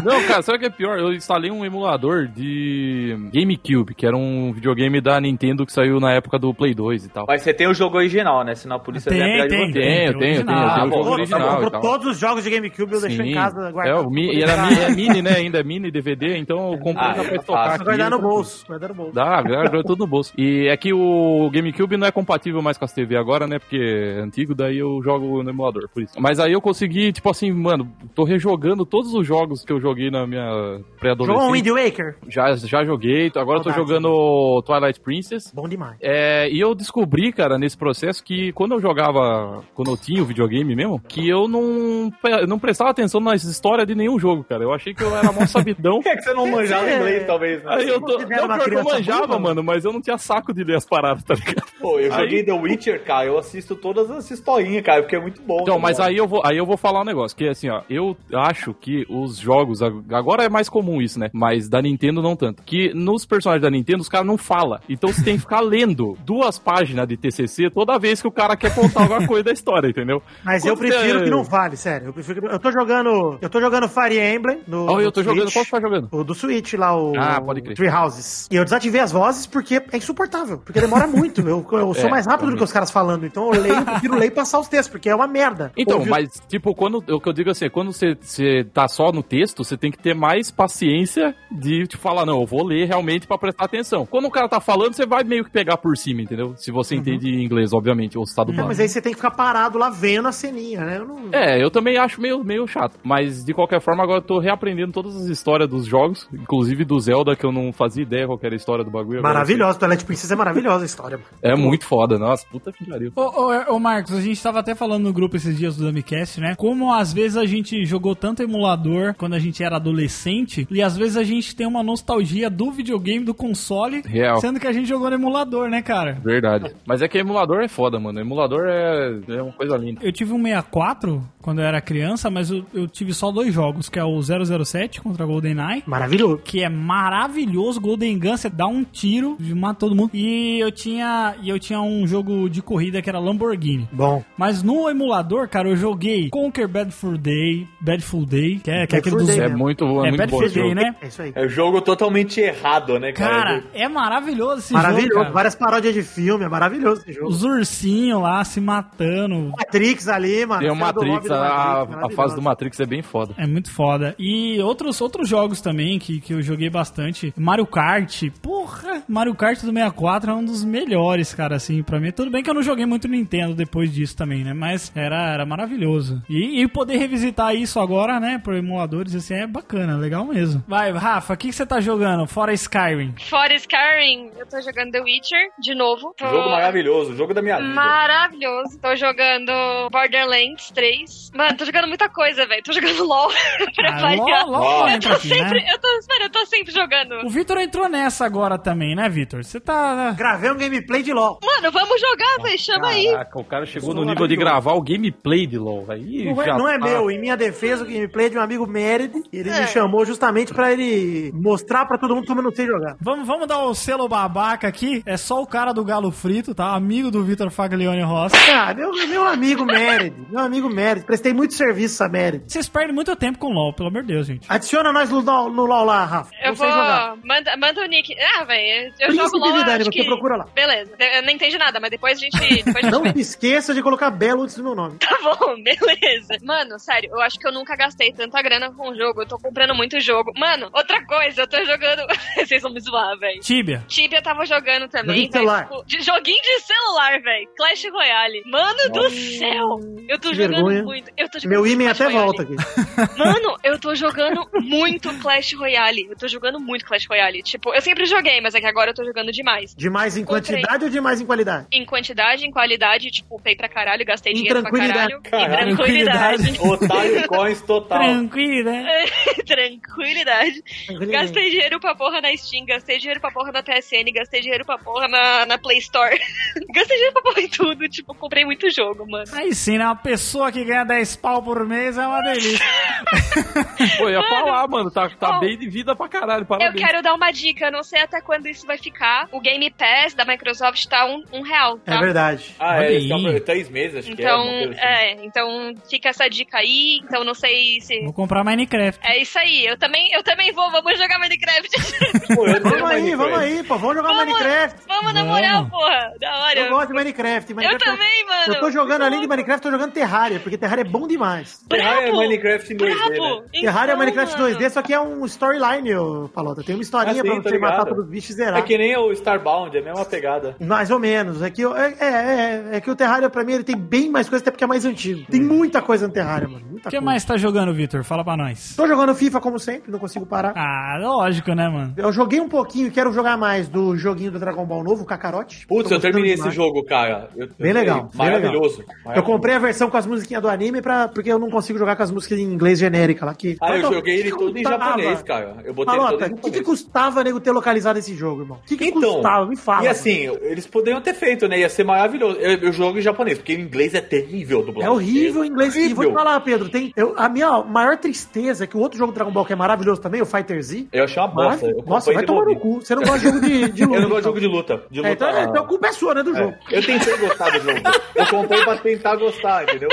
Não, cara, sabe o que é pior? Eu instalei um emulador de GameCube, que era um videogame da Nintendo que saiu na época do Play 2 e tal.
Mas você tem o jogo original, né? Senão a polícia
Tem,
vai atrás
tem,
de você.
tem.
Tenho, tenho, tenho, tenho
original.
o jogo
Ah, bom,
original e
Comprou
tal.
todos os jogos de GameCube, eu deixei em casa
É,
guardado.
o mi, e era mi- é mini, né, ainda, mini DVD, então eu comprei
Ah,
pra
é
tocar
fácil.
aqui.
Guardar no bolso, guardar no bolso.
Dá, guarda tudo no bolso. E é que o GameCube não é compatível mais com as TV agora, né? Porque é antigo, daí eu jogo no emulador, por isso. Mas aí eu consegui, tipo assim, mano, tô rejogando todos os jogos que eu joguei na minha
Jogou um
pré-adolescência.
Wind Waker?
Já, já joguei, agora eu tô
Saudades,
jogando Twilight Princess.
Bom demais.
É, e eu descobri, cara, nesse processo que quando eu jogava, quando eu tinha o videogame mesmo, que eu não, eu não prestava atenção nas histórias de nenhum jogo, cara. Eu achei que eu era mó sabidão.
É que você não manjava
tá.
inglês, talvez, né?
Aí eu tô. Não,
considera uma
pior que eu
criança
manjava,
burra,
mano, mas eu não tinha saco de ler as paradas, tá ligado?
Pô, eu
Aí-
joguei The Witcher, cara. Eu assisto todas as historinhas, cara, porque é muito bom.
Então,
né,
mas
mano?
aí eu vou, aí eu vou falar um negócio, que assim, ó, eu acho que os jogos ag- agora é mais comum isso, né? Mas da Nintendo não tanto. Que nos personagens da Nintendo os caras não fala. Então você tem que ficar lendo duas páginas de TCC toda vez que o cara quer contar alguma coisa da história, entendeu?
Mas eu
Quando
prefiro
é?
você- é-
que não fale, sério. Eu prefiro que... Eu tô jogando. Eu tô jogando Fire Emblem no.
Ó, eu
no
tô jogando,
Switch.
qual você tá jogando?
O do Switch lá, o.
Ah, pode crer.
Three Houses. E eu desativei as vozes porque é insuportável. Porque demora muito. Eu, eu sou
É,
mais rápido do que os caras falando. Então eu leio, eu prefiro ler e passar os textos, porque é uma merda.
Então,
Ouvir-
mas, tipo, quando o que eu digo assim, quando você, você tá só no texto, você tem que ter mais paciência de te falar, não, eu vou ler realmente pra prestar atenção. Quando o cara tá falando, você vai meio que pegar por cima, entendeu? Se você entende inglês, obviamente, ou se tá
É,
dublado.
mas aí você tem que ficar parado lá vendo a ceninha, né? Eu não.
É, eu também acho meio, meio chato. Mas de qualquer forma, agora eu tô reaprendendo todas as histórias dos jogos, inclusive do Zelda, que eu não fazia ideia qual que era a história do bagulho. agora eu
Maravilhosa, Twilight Princess é maravilhosa a história. mano.
sei. É muito foda, nossa, puta que pariu.
Ô, ô, ô, Marcos, a gente tava até falando no grupo esses dias do Dummycast, né? Como às vezes a gente jogou tanto emulador quando a gente era adolescente, e às vezes a gente tem uma nostalgia do videogame, do console,
Real.
sendo que a gente jogou no emulador, né, cara?
Verdade. Mas é que emulador é foda, mano. Emulador é, é uma coisa linda.
Eu tive um 64 quando eu era criança, mas eu, eu tive só dois jogos, que é o 007 contra a GoldenEye
Maravilhoso.
que é maravilhoso, Golden Gun, você dá um tiro, mata todo mundo. E eu tinha, e eu tinha um jogo de corrida que era Lamborghini.
Bom.
Mas no emulador, cara, eu joguei Conquer Bad Fur Day, Bad Full Day, que é, que é aquele
Fur
dos...
Day,
É
né?
muito, é
é
muito
Bad
bom.
Fur
esse
Day,
jogo.
né?
É isso aí.
É um jogo totalmente errado, né, cara?
Cara, é maravilhoso esse
Maravilhoso.
jogo, cara.
Várias paródias de filme, é maravilhoso esse jogo.
Os ursinhos lá se matando.
Matrix ali, mano.
Tem o
Cena Ah, do
Matrix,
lobby do
a,
Matrix,
a fase do
maravilhosa.
Matrix é bem foda.
É muito foda. E outros, outros jogos também que, que eu joguei bastante. Mario Kart. Porra, Mario Kart do 64 é um dos melhores, cara, assim, pra mim. Tudo bem que eu não joguei muito Nintendo depois disso também, né? Mas era, era maravilhoso. E, e poder revisitar isso agora, né, por emuladores, assim, é bacana, legal mesmo. Vai, Rafa, o que, que você tá jogando? Fora Skyrim.
Fora Skyrim, eu tô jogando The Witcher de novo. Tô-
É Jogo maravilhoso, jogo da minha vida.
Maravilhoso. Tô jogando Borderlands 3. Mano, tô jogando muita coisa, velho. Tô jogando LOL pra
Ah,
variar.
logo, logo
Eu
entra
tô
aqui, né?
sempre, eu tô, mano, eu tô sempre jogando.
O Vitor entrou nessa agora também, né, Vitor? Você tá...
Gravei um gameplay de LOL.
Mano, vamos jogar, velho. Chama aí.
Caraca, o cara chegou no nível de gravar o gameplay de LoL, velho. tá.
Não é, não é meu, em minha defesa, o gameplay é de um amigo Meredith. Ele
É.
me chamou justamente pra ele mostrar pra todo mundo como eu não sei jogar.
Vamos, vamos dar o selo babaca aqui. É só o cara do Galo Frito, tá? Amigo do Vitor Faglione Rossi.
Ah, meu, meu amigo Meredith. Meu amigo Meredith. Prestei muito serviço a Meredith.
Vocês perdem muito tempo com LOL, pelo amor de Deus, gente.
Adiciona nós no, LOL- no LOL lá, Rafa.
Eu
Não sei
vou.
jogar.
Manda, manda o nick. Ah, velho. Eu
Príncipe
jogo LOL.
de Vidane,
acho
você
que-
procura lá.
Beleza. Eu não entendi nada, mas depois a gente. Depois a gente
Não
vê.
se esqueça de colocar Belo antes do meu nome.
Tá bom, beleza. Mano, sério, eu acho que eu nunca gastei tanta grana com o jogo. Eu tô comprando muito jogo. Mano, outra coisa, eu tô jogando. Vocês vão me zoar, velho.
Tíbia.
Tibia tava jogando também.
Joguinho de
véi,
celular.
tipo, de- joguinho de celular, velho. Clash Royale. Mano do céu. Eu tô
que
jogando
vergonha.
muito. Eu tô jogando
Meu
muito
imen
Clash
até
Royale.
volta aqui.
Mano, eu tô jogando muito Clash Royale. Eu tô jogando muito Clash Royale. Tipo, eu sempre joguei, mas é que agora eu tô jogando demais.
Demais em
Encontrei.
quantidade ou demais em qualidade?
Em quantidade, em qualidade, tipo, pei pra caralho, gastei
Em
dinheiro pra
tranquilidade.
caralho. Em tranquilidade.
Otário Coins total.
Tranquilo, né?
tranquilidade. Gastei dinheiro pra porra na Steam, gastei dinheiro pra porra na PSN, gastei dinheiro pra porra na, na Play Store. gastei dinheiro pra porra em tudo. Tipo, comprei muito jogo, mano.
Aí sim, né? Uma pessoa que ganha 10 pau por mês é uma delícia.
Pô, eu ia falar, mano. Tá, tá
Bom,
bem de vida pra caralho.
Eu
Parabéns.
quero dar uma dica, não sei até quando isso vai ficar. O Game Pass da Microsoft tá um, um real, tá?
É verdade.
Ah,
Olha
é, eles
aí.
estão- três meses, acho que é.
Então,
alguma coisa assim.
é, então fica essa dica aí. Então não sei se.
Vou comprar Minecraft.
É isso aí, eu também, eu também vou, vamos jogar Minecraft.
Pô, Tipo, eu não sei
Vamos aí,
Minecraft.
vamos aí, pô. Vamos jogar
Vamos.
Minecraft.
vamos na
Vamos.
moral, porra. Da hora.
Eu gosto de Minecraft.
Eu
Minecraft é
também, mano.
Eu tô jogando, além de Minecraft, eu tô jogando Terraria, porque Terraria é bom demais.
Terraria é
Brabo.
Minecraft em 2D,
Brabo.
né?
Terraria é
Então,
Minecraft
mano.
2D, só que é um storyline, ô, Palota. Tem uma historinha
Ah, sim,
pra
tô
você
ligado.
matar todos os bichos e zerar.
É que nem o Starbound, é a mesma pegada.
Mais ou menos. É que, eu- é, é, é, é que o Terraria, pra mim, ele tem bem mais coisa, até porque é mais antigo. Tem muita coisa no Terraria, mano. Muita
O que
coisa.
mais tá jogando, Vitor? Fala pra nós.
Tô jogando FIFA, como sempre, não consigo parar.
Ah, lógico, né, mano?
Eu joguei um pouquinho e quero jogar mais do joguinho do Dragon Ball novo, o Kakarote.
Putz,
Tô
eu terminei
gostando
esse
demais.
jogo, cara. Eu-
Bem
eu-
legal, bem
Maravilhoso.
Eu comprei a versão com as musiquinhas do anime pra, porque eu não consigo jogar com as músicas em inglês genérica lá. Que,
Ah, eu
Palota,
joguei
que
ele
que
todo em
custava?
japonês, cara. Eu botei ele todo em
Palota, o tá, que, que
japonês. Então,
custava, nego, ter localizado esse jogo, irmão? O que, que custava? Me fala.
E assim, eles poderiam ter feito, né? Ia ser maravilhoso. Eu, eu jogo em japonês, porque o inglês é terrível
É
dublado.
horrível o inglês. E vou te
Horrível.
falar, Pedro, tem, eu- a minha maior tristeza é que o outro jogo do Dragon Ball que é maravilhoso também, o Fighter Z.
Eu achei uma bosta. eu
Nossa,
comprei
vai
e
tomar no
devolvi.
cu. Você não gosta de jogo de, de luta.
Eu não gosto de
então.
jogo de luta. De luta
É, então, é, então a culpa é sua, né, do jogo.
É. Eu tentei gostar do jogo. Eu comprei pra tentar gostar, entendeu?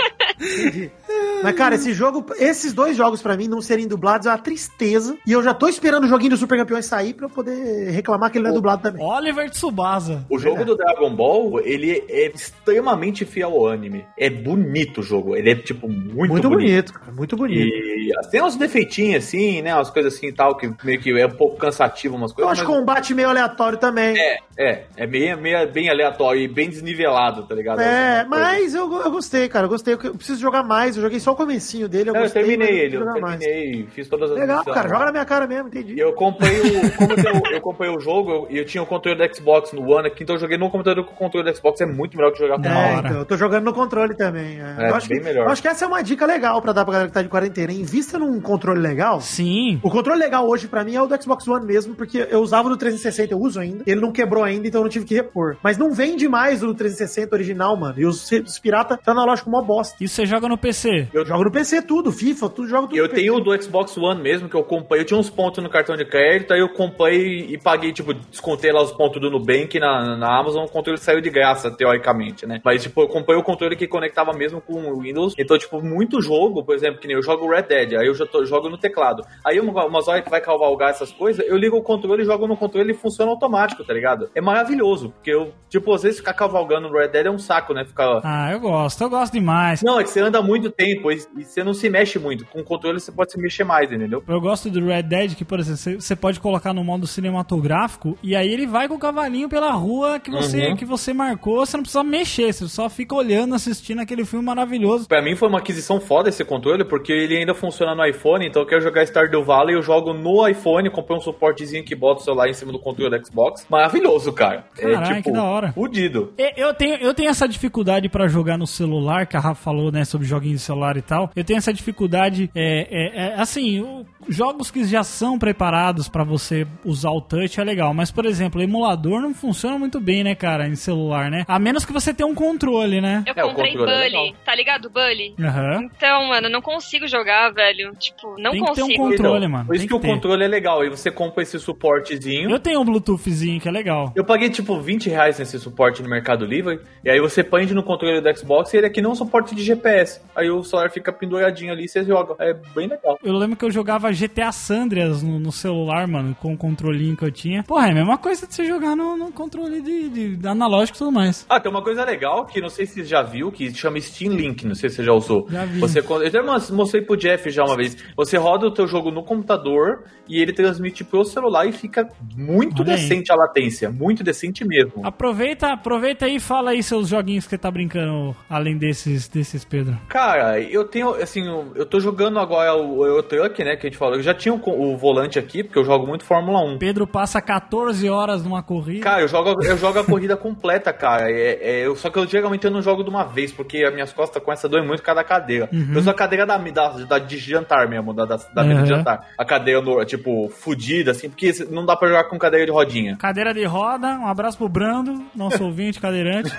Mas, cara, esse jogo, esses dois jogos pra mim não serem dublados é uma tristeza. E eu já tô esperando o joguinho do Super Campeões sair pra eu poder reclamar que ele não é dublado também.
Oliver Tsubasa.
O jogo do Dragon Ball, ele é extremamente fiel ao anime. É bonito o jogo. Ele é, tipo, muito, bonito.
Muito bonito, cara. Muito bonito.
E assim, tem uns defeitinhos assim, né? Umas coisas assim e tal, que meio que é um pouco cansativo, umas
Eu
coisas.
acho é um
mas-
combate meio aleatório também. É,
É, é meio, meio bem aleatório e bem desnivelado, tá ligado? Alguma coisa.
É, mas eu, eu gostei, cara. Eu gostei. Eu preciso jogar mais. Eu joguei só o comecinho dele. Eu,
Não, eu
gostei, mas
terminei
preciso
ele, eu
jogar mais.
terminei, fiz todas as
Legal,
missões.
cara. Joga na minha cara mesmo,
E
entendi.
eu comprei o. Como que eu, eu comprei o jogo e eu, tinha o controle do Xbox no One aqui, então eu joguei no computador com o controle do Xbox, é muito melhor que jogar com
Da
É,
o
hora.
então, eu tô jogando no controle também. é.
É,
eu acho
bem
que,
melhor.
eu acho que essa é uma dica legal pra dar pra galera que tá de quarentena. hein? Invista vista num controle legal.
Sim.
O controle legal hoje pra mim é o do Xbox One mesmo, porque eu usava o do 360, eu uso ainda. Ele não quebrou ainda, então eu não tive que repor. Mas não vende mais o do 360 original, mano. E os, os pirata tá na loja com mó bosta.
Isso você joga no PC.
Eu jogo no PC tudo, FIFA, tudo, jogo tudo.
Eu
no PC.
tenho o do Xbox One mesmo, que eu comprei. Eu tinha uns pontos no cartão de crédito, aí eu comprei e paguei, tipo, descontei lá os pontos do Nubank na, na Amazon. O controle saiu de graça, teoricamente, né? Mas, tipo, eu comprei o controle que conectava mesmo com o Windows. Então, tipo, muito jogo, por exemplo, que nem eu jogo Red Dead, aí eu já tô- jogo no teclado. Aí, uma, umas horas que vai cavalgar essas coisas, eu ligo o controle, jogo no controle e funciona automático, tá ligado? É maravilhoso, porque eu, tipo, às vezes ficar cavalgando no Red Dead é um saco, né? Ficar.
Ah, eu gosto, eu gosto demais.
Não, é que você anda muito tempo e e você não se mexe muito. Com o controle você pode se mexer mais, entendeu?
Eu gosto do Red Dead, que, por exemplo, você- você pode colocar no modo cinematográfico e aí ele vai com o cavalinho pela rua que você,
Uhum.
que você marcou, você não precisa mexer, você só fica olhando, assistindo aquele filme maravilhoso.
Pra mim foi uma aquisição foda esse controle, porque ele ainda funciona no iPhone, então eu quero jogar Stardew Valley, eu jogo no iPhone, comprei um suportezinho que bota o celular em cima do controle do Xbox. Maravilhoso, cara. É, tipo,
Caralho, que da hora.
fudido.
E- Eu tenho, eu tenho essa dificuldade pra jogar no celular, que a Rafa falou, né, sobre joguinho de celular e tal. Eu tenho essa dificuldade, é, é, é, assim, o- jogos que já são preparados pra você usar o touch é legal, mas, por exemplo, emulador não funciona muito bem, né, cara, em celular, né? A menos que você tenha um controle, né?
Eu
É, o
comprei
controle é
Bully, tá ligado, Bully?
Aham.
Então, mano, não consigo jogar, velho. Tipo, não
Tem que ter um
consigo.
Controle, mano,
Então, Por
tem
isso que,
que
o
ter.
controle é legal, aí você compra esse suportezinho.
Eu tenho um Bluetoothzinho que é legal.
Eu paguei tipo 20 reais nesse suporte no Mercado Livre, e aí você põe no controle do Xbox e ele aqui não é um suporte de GPS. Aí o celular fica penduradinho ali e você joga. É bem legal.
Eu lembro que eu jogava GTA Sandreas no, no celular, mano, com o controlinho que eu tinha. Porra, é a mesma coisa de você jogar no, no controle de, de- de analógico e tudo mais.
Ah, tem uma coisa legal que não sei se você já viu, que chama Steam Link, não sei se você já usou.
Já vi.
Você, eu até mo- mostrei pro Jeff já uma vez. Você roda o teu jogo no computador e ele transmite pro celular e fica muito
Olha aí.
decente a latência, muito decente mesmo.
Aproveita, aproveita aí e fala aí seus joguinhos que você tá brincando, além desses, desses Pedro.
Cara, eu tenho, assim, eu tô jogando agora o Euro Truck, né, que a gente falou. Eu já tinha o, co- o volante aqui, porque eu jogo muito Fórmula 1.
Pedro passa 14 horas numa corrida.
Cara, eu jogo, eu jogo a corrida completa, cara. É, é, eu, só que eu geralmente eu não jogo de uma vez, porque as minhas costas começam a doer muito por causa da cadeira. Eu uso a cadeira da, da, da- de jantar mesmo, da, da, da mesa de
Uhum.
jantar. A cadeira, no- tipo, fudida, assim, porque não dá pra jogar com cadeira de rodinha.
Cadeira de roda, um abraço pro Brando, nosso ouvinte cadeirante.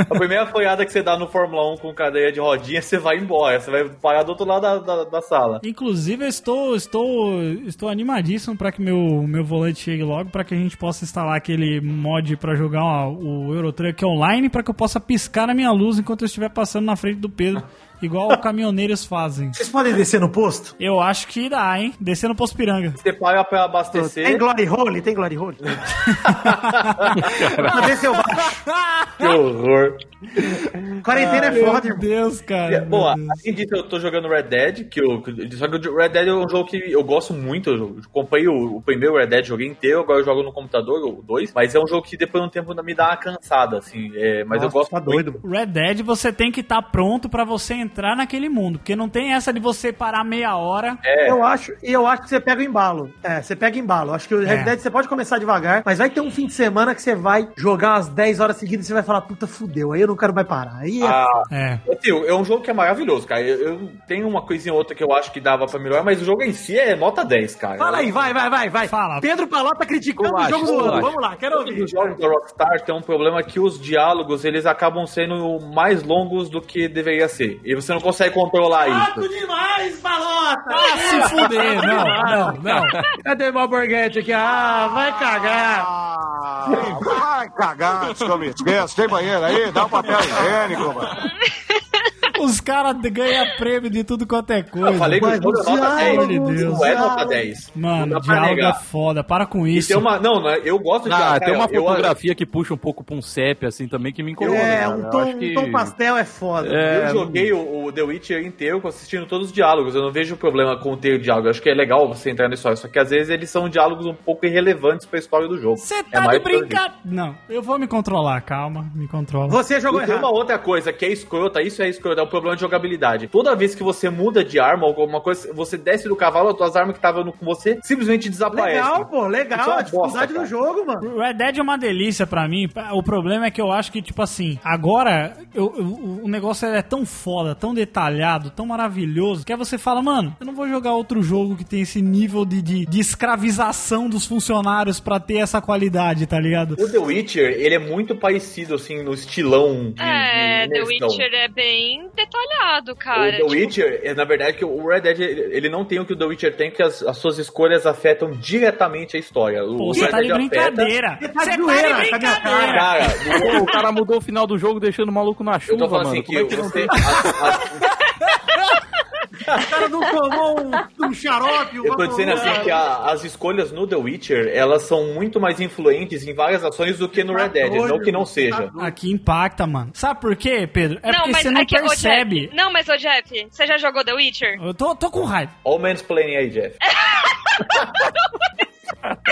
a primeira apanhada que você dá no Fórmula 1 com cadeira de rodinha, você vai embora. Você vai parar do outro lado da, da, da sala.
Inclusive, eu estou, estou, estou animadíssimo para que meu, meu volante chegue logo, para que a gente possa instalar aquele mod para jogar ó, o Eurotruck online, para que eu possa piscar na minha luz enquanto eu estiver passando na frente do Pedro, igual caminhoneiros fazem.
Vocês podem descer no posto?
Eu acho que dá, hein? Descer no posto piranga.
Você para pra
Tem
É
abastecer.
Glory Hole? Tem Glory Hole? Pra ver se eu baixo.
Que horror.
Quarentena é foda,
Meu
irmão.
Deus,
É,
cara.
Bom,
meu Deus.
além disso, eu tô jogando Red Dead, que eu, que- só que o Red Dead é um jogo que eu gosto muito. Eu comprei o, o primeiro Red Dead, joguei inteiro, agora eu jogo no computador, o 2. Mas é um jogo que depois de um tempo me dá uma cansada, assim. é, mas eu
Nossa,
gosto
Tá
muito.
doido, mano.
Red Dead você tem que estar pronto para você entrar naquele mundo, porque não tem essa de você parar meia hora.
É.
Eu acho, e eu acho que você pega o embalo. É, você pega o embalo. Acho que o Red
É.
Dead você pode começar devagar, mas vai ter um fim de semana que você vai jogar umas 10 horas seguidas e você vai falar, puta, fudeu, aí eu não quero mais parar. Aí é
Ah,
É.
assim, é um jogo que é maravilhoso, cara. Eu, eu tenho uma coisinha ou outra que eu acho que dava pra melhorar, mas o jogo em si é nota 10, cara.
Fala aí, vai, vai, vai, vai.
Fala.
Pedro Palota criticando
Colacha,
o jogo do ano.
colacha.
Vamos lá, quero ouvir.
Os jogos da Rockstar tem um problema que os diálogos eles acabam sendo mais longos do que deveria ser. E você não consegue controlar
Ah,
isso.
demais, Palota!
Ah, se fuder, não, não, não.
Cadê o Malborghetti aqui? Ah, vai cagar.
Ah, Vai cagar, se eu me esqueço. Tem banheiro aí? Dá um papel higiênico, mano.
Os caras ganham prêmio de tudo quanto é coisa.
Eu falei que o
Mas
jogo é
o
nota 10.
diálogo,
Não é
o diálogo.
nota 10.
Mano,
não dá pra
diálogo é
negar.
foda, para com
E
isso.
tem uma. Não, não é- eu gosto de.
Ah,
cara,
tem uma
É, eu-
fotografia que puxa um pouco pra um CEP, assim, também, que me incomoda.
É,
né,
cara.
um
Eu
tom,
acho
um
que-
tom pastel é foda.
Eu,
É,
joguei o, o The Witcher inteiro assistindo todos os diálogos. Eu não vejo problema com ter o diálogo. Eu acho que é legal você entrar na história. Só que às vezes eles são diálogos um pouco irrelevantes pra história do jogo.
Você
É
tá de
mais pra gente.
brincadeira. Não, eu vou me controlar, calma, me controla.
Você jogou
E tem
errado.
uma outra coisa que é escrota, isso é escrota, é o problema de jogabilidade. Toda vez que você muda de arma ou alguma coisa, você desce do cavalo, as tuas armas que estavam no- com você simplesmente desaparecem.
Legal, pô,
Isso é
legal.
uma
A dificuldade
bosta,
do
cara.
jogo, mano.
Red Dead é uma delícia pra mim. O problema é que eu acho que, tipo assim, agora eu- eu- o negócio é tão foda, tão detalhado, tão maravilhoso, que aí você fala, mano, eu não vou jogar outro jogo que tem esse nível de, de, de escravização dos funcionários pra ter essa qualidade, tá ligado?
O The Witcher, ele é muito parecido, assim, no estilão de,
É,
de
The
imersão.
Witcher é bem detalhado,
O
cara.
The
Tipo,
Witcher, é, na verdade, que o Red Dead, ele ele não tem o que o The Witcher tem, que as, as suas escolhas afetam diretamente a história. O
Pô,
Red
você tá de
Dead afeta-
brincadeira.
Você
Você
tá
tá
de
de
zoeira, tá de
brincadeira.
Cara,
Pô, o cara mudou o final do jogo deixando o maluco na
eu
chuva,
tô falando
mano.
assim,
Como
que
é que não
você...
tem-
as- as-
O cara não tomou um, um xarope. o
eu tô
outro
dizendo
não.
assim, que a- as escolhas no The Witcher, elas são muito mais influentes em várias ações do que no Red Dead, não que não seja.
Aqui impacta, mano. Sabe por quê, Pedro?
Tipo,
É porque você não
aqui, ô,
percebe.
Jeff, não, mas ô Jeff, você já jogou The Witcher?
Eu tô, tô com raiva.
Olha o mansplaining aí, Jeff.
é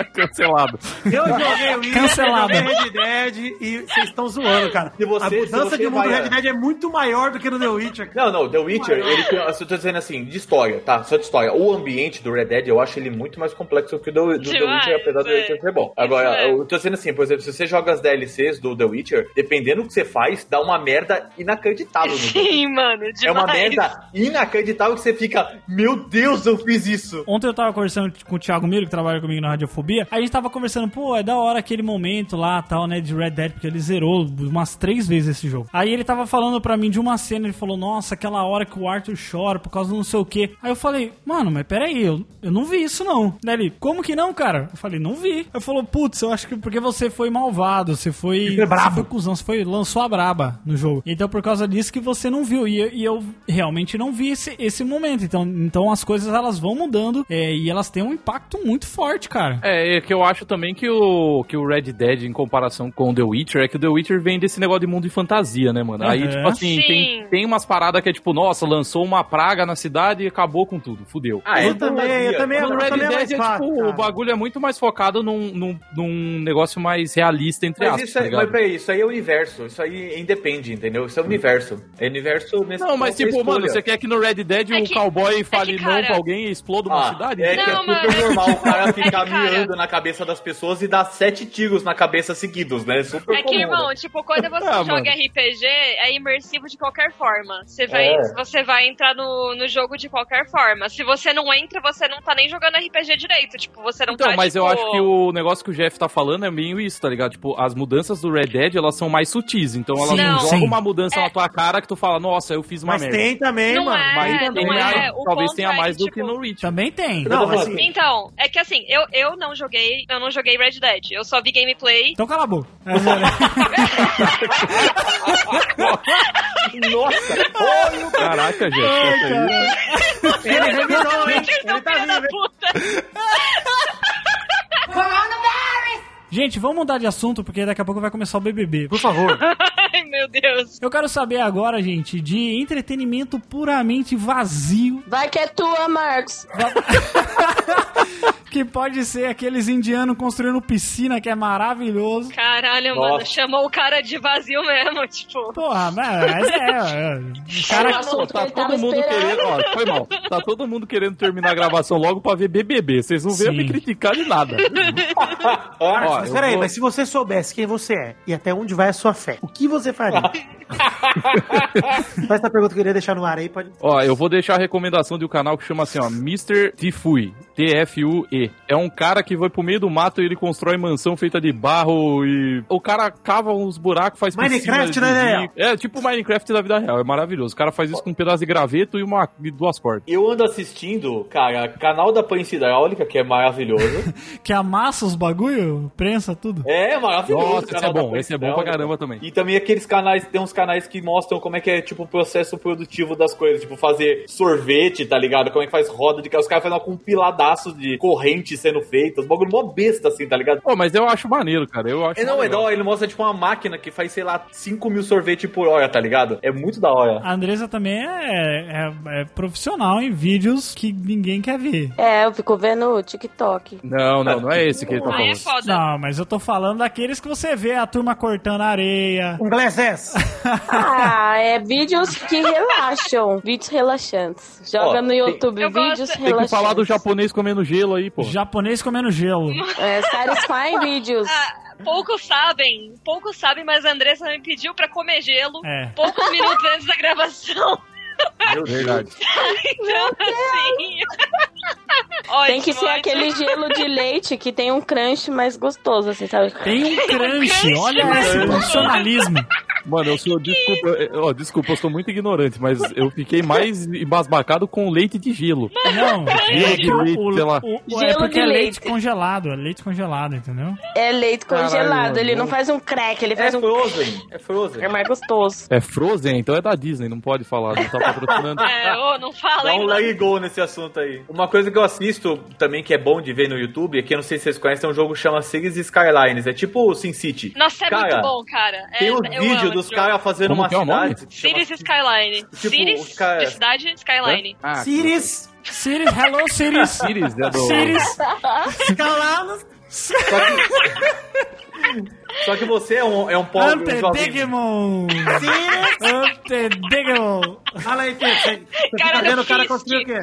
cancelado.
Eu joguei o Witcher,
Cancelado.
joguei Red Dead e vocês estão zoando, cara.
Se você-
a mudança
se você
de mundo do
vai-
Red Dead é muito maior do que no The Witcher, cara.
Não, não, The Witcher, ele tem, eu tô dizendo assim, de história, tá? Só de história. O ambiente do Red Dead, eu acho ele muito mais complexo que o do, do The
Demais,
Witcher, apesar do The
é.
Witcher ser bom. Agora,
Isso é.
eu tô dizendo assim, por exemplo, se você joga as DLCs do The Witcher, dependendo do que você faz, dá uma merda inacreditável no jogo.
Sim, mano, demais.
É uma merda inacreditável que você fica, meu Deus, eu fiz isso.
Ontem eu tava conversando com o Thiago Miro, que trabalha comigo na Radiofobia. A gente tava conversando, pô, é da hora aquele momento lá, tal, né, de Red Dead, porque ele zerou umas três vezes esse jogo. Aí ele tava falando pra mim de uma cena, ele falou, nossa, aquela hora que o Arthur chora por causa do não sei o quê. Aí eu falei, mano, mas peraí, eu, eu não vi isso não. Daí ele, como que não, cara? Eu falei, não vi. Aí falou, putz, eu acho que porque você foi malvado, você foi.
Você é brabo.
você foi cuzão, você foi, lançou a braba no jogo. Então, por causa disso que você não viu. E, eu- e eu realmente não vi esse, esse momento. Então, então as coisas elas vão mudando é, e elas têm um impacto muito forte, cara.
É, é que eu acho também que o, que o Red Dead, em comparação com o The Witcher, é que o The Witcher vem desse negócio de mundo de fantasia, né, mano? Aí,
Uhum.
tipo assim,
Sim.
tem, tem umas paradas que é tipo, nossa, lançou uma praga na cidade e acabou com tudo, fudeu.
Ah,
eu também, eu também, eu
No Red
também é
Dead
mais
é,
fácil,
tipo,
cara.
o bagulho é muito mais focado num, num, num negócio mais realista, entre
Mas
aspas,
isso,
tá
é,
ligado?
mas peraí, isso aí é universo, isso aí independe, entendeu? Isso é universo. É universo nesse
Não, mas
ponto, é
tipo, mano,
escolha.
você quer que no Red Dead
É
o
que-
cowboy
é
fale
que,
não
cara-
pra alguém e exploda uma
Ah,
cidade?
É
Não,
que é
mano.
super normal o cara
É
ficar
que, cara-
miando na cabeça das pessoas e dar sete tiros na cabeça seguidos, né? É super
É que,
comum,
irmão,
né?
tipo, quando você
Ah,
joga
mano.
RPG, é imersivo de qualquer forma. Você vai,
É.
você vai entrar no, no jogo de qualquer forma. Se você não entra, você não tá nem jogando RPG direito. Tipo, você não
Então,
tá,
mas eu
tipo,
acho que o negócio que o Jeff tá falando é meio isso, tá ligado? Tipo, as mudanças do Red Dead, elas são mais sutis. Então, elas
Sim,
não,
não.
jogam
sim.
uma mudança
É.
na tua cara que tu fala, nossa, eu fiz uma
Mas
merda.
tem também,
Não
mano.
é,
Mas
não
tem
é.
a-
O
talvez
ponto
tenha
é
mais
que,
do que
tipo,
no Witch.
Também tem.
Não, assim,
Então, é que assim, eu, eu não joguei, eu não joguei Red Dead. Eu só vi gameplay.
Então cala a boca. É, é,
Nossa,
Caraca, Jeff. tá nossa, isso-
ele revirou, hein? Ele tá
Então, Filha da
vivo, hein?
puta.
Gente, vamos mudar de assunto, porque daqui a pouco vai começar o BBB.
Por favor.
Ai, meu Deus.
Eu quero saber agora, gente, de entretenimento puramente vazio,
Vai que é tua, Marcos.
que pode ser aqueles indianos construindo piscina, que é maravilhoso.
Caralho,
Nossa.
mano, chamou o cara de vazio mesmo, tipo.
Porra, mas é, é. O
Era
cara
um assunto que
Tá
ele tava
todo mundo
esperando.
querendo. Ó, foi mal. Tá todo mundo querendo terminar a gravação logo pra ver BBB. Vocês não vêm
Sim.
me criticar de nada. Ó,
Mas
eu
peraí,
vou-
mas se você soubesse quem você é e até onde vai a sua fé, o que você faria? Faz essa pergunta que eu queria deixar no ar aí, pode.
Ó, eu vou deixar a recomendação de um canal que chama assim, ó, Mr. Tifui, T-F-U-E. É um cara que vai pro meio do mato e ele constrói mansão feita de barro e... O cara cava uns buracos, faz
Minecraft
piscina
da vida
de-
real.
É, tipo Minecraft da vida real, é maravilhoso. O cara faz isso com um pedaço de graveto e, uma, e duas cordas.
eu ando assistindo, cara, canal da Prensa Hidráulica, que é maravilhoso.
que amassa os bagulho, prensa tudo.
É, maravilhoso. o
Nossa, esse
canal
é
da né?
bom,
Prensa
esse é bom pra
Hidráulica.
caramba também.
E também aqueles canais, tem uns canais que mostram como é que é, tipo, o processo produtivo das coisas. Tipo, fazer sorvete, tá ligado? Como é que faz roda de... Os caras fazem uma compiladaça pedaços de corrente sendo feitas, bagulho mó besta, assim, tá ligado?
Pô, mas eu acho maneiro, cara. Eu acho
É, não, é da
legal.
hora. Ele mostra, tipo, uma máquina que faz, sei lá, 5 mil sorvete por hora, tá ligado? É muito da hora.
A Andresa também é, é- é profissional em vídeos que ninguém quer ver.
É, eu fico vendo o TikTok.
Não, não, não é esse que ele tá
Aí é
falando.
foda.
Não, mas eu tô falando daqueles que você vê a turma cortando areia.
Um
Inglês é.
Ah, é vídeos que relaxam. Vídeos relaxantes. Joga
Ó,
no
tem-
YouTube,
Eu
vídeos
gosto-
Tem que
relaxantes.
falar do japonês comendo gelo aí, pô.
Japonês comendo gelo.
É, satisfying vídeos.
Ah, poucos sabem, poucos sabem, mas a Andressa me pediu pra comer gelo
É.
poucos minutos antes da gravação.
Meu
Verdade.
Então, assim. Ó,
Tem que
isso
ser
é-
aquele gelo de leite que tem um crunch mais gostoso, assim, sabe?
Tem um crunch,
crunch,
olha
mano.
esse profissionalismo.
Mano, eu sou. Desculpa, eu, ó, desculpa, eu sou muito ignorante, mas eu fiquei mais embasbacado com leite de gelo.
Não, é que
Gelo de leite, sei lá.
o- é
Gelo
porque
de
é leite
leite.
congelado, é leite congelado, entendeu?
É leite
Caralho,
congelado.
mano.
ele não faz um crack, ele
É
faz um.
Frozen. É Frozen.
É mais gostoso.
É Frozen, então é da Disney, não pode falar, não tá patrocinando.
É, ô, não fala,
Dá um
hein?
lag go nesse assunto aí. Uma coisa que eu assisto também que é bom de ver no YouTube, é que eu não sei se vocês conhecem, é um jogo que chama Cities Skylines. É tipo o Sin City.
Nossa, é
Cara,
muito bom, cara. É,
Tem
eu
um
amo
vídeo dos
esse jogo.
caras fazendo
Como
uma
que é o nome?
cidade. que chama
Cities Skyline.
Tipo,
Cities,
os caras-
de cidade, Skyline.
Ah,
Sirius,
Cities, hello Cities.
Cities é do.
Cities,
escalados.
Só que você é um, é um pobre um jovem.
Antedigimon.
Sirius.
Antedigimon.
Fala aí, Pedro. Você, você
Cara,
tá vendo o cara
eu fiz
construir o quê?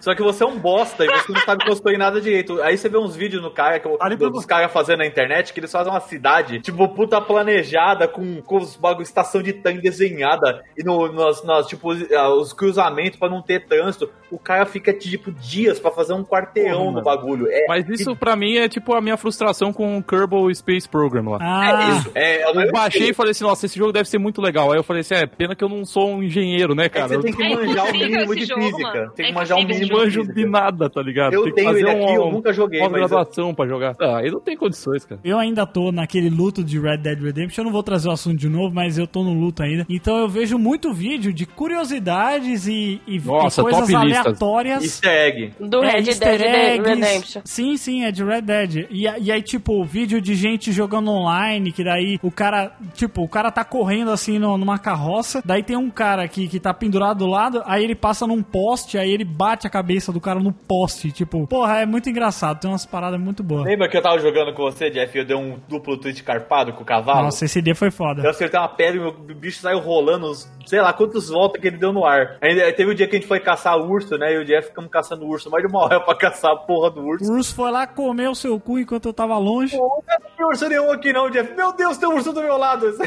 Só que você é um bosta e você não sabe construir nada direito. Aí você vê uns vídeos no cara, que, eu-
Olha pra
do- dos caras fazendo na internet, que eles fazem uma cidade, tipo, puta planejada, com, com os bagulho, estação de tanque desenhada, e no, nas, nas, tipo, os, ah, os cruzamentos pra não ter trânsito. O cara fica, tipo, dias pra fazer um quarteirão no bagulho. É,
Mas isso pra mim é tipo a minha frustração com o Kerbal Space Program lá.
é
Ah,
isso. É, é
Eu baixei e falei assim, nossa, esse jogo deve ser muito legal. Aí eu falei assim, é, pena que eu não sou um engenheiro, né,
É que
cara?
você
Eu
tem que
É
manjar o
impossível
mínimo
esse
de
jogo,
física.
mano.
Tem que
É
manjar o mínimo
não
impossível
de
manjo
física.
de nada, tá ligado?
Eu
tem que
tenho
fazer
ele aqui,
uma,
eu nunca joguei,
uma
mas
graduação pra jogar. Ah, aí não tem condições, cara.
eu ainda tô naquele luto de Red Dead Redemption. Eu não vou trazer o assunto de novo, mas eu tô no luto ainda. Então eu vejo muito vídeo de curiosidades e, e- e
Nossa,
coisas
top listas.
aleatórias.
Easter egg.
Do
É,
Red
easter
Dead
eggs.
Redemption.
Sim, sim, é de Red Dead. E, a- e aí, tipo, vídeo de gente jogando online, que daí o cara, tipo, o cara tá correndo assim no- numa carroça, daí tem um cara que, que tá pendurado do lado, aí ele passa num poste, aí ele bate a cabeça do cara no poste. Tipo, porra, é muito engraçado, tem umas paradas muito boas.
Lembra que eu tava jogando com você, Jeff, e eu dei um duplo twist carpado com o cavalo?
Nossa, esse dia foi
Eu
foda.
acertei uma pedra e meu bicho saiu rolando, uns- sei lá quantas voltas que ele deu no ar. Aí, aí teve o dia que a gente foi caçar urso, né? E o Jeff ficamos caçando urso mais de uma hora pra caçar a porra do urso.
O urso foi lá comer o seu cu enquanto eu tava longe.
Não tem urso nenhum aqui, não, Jeff. Meu Deus, tem um urso do meu lado.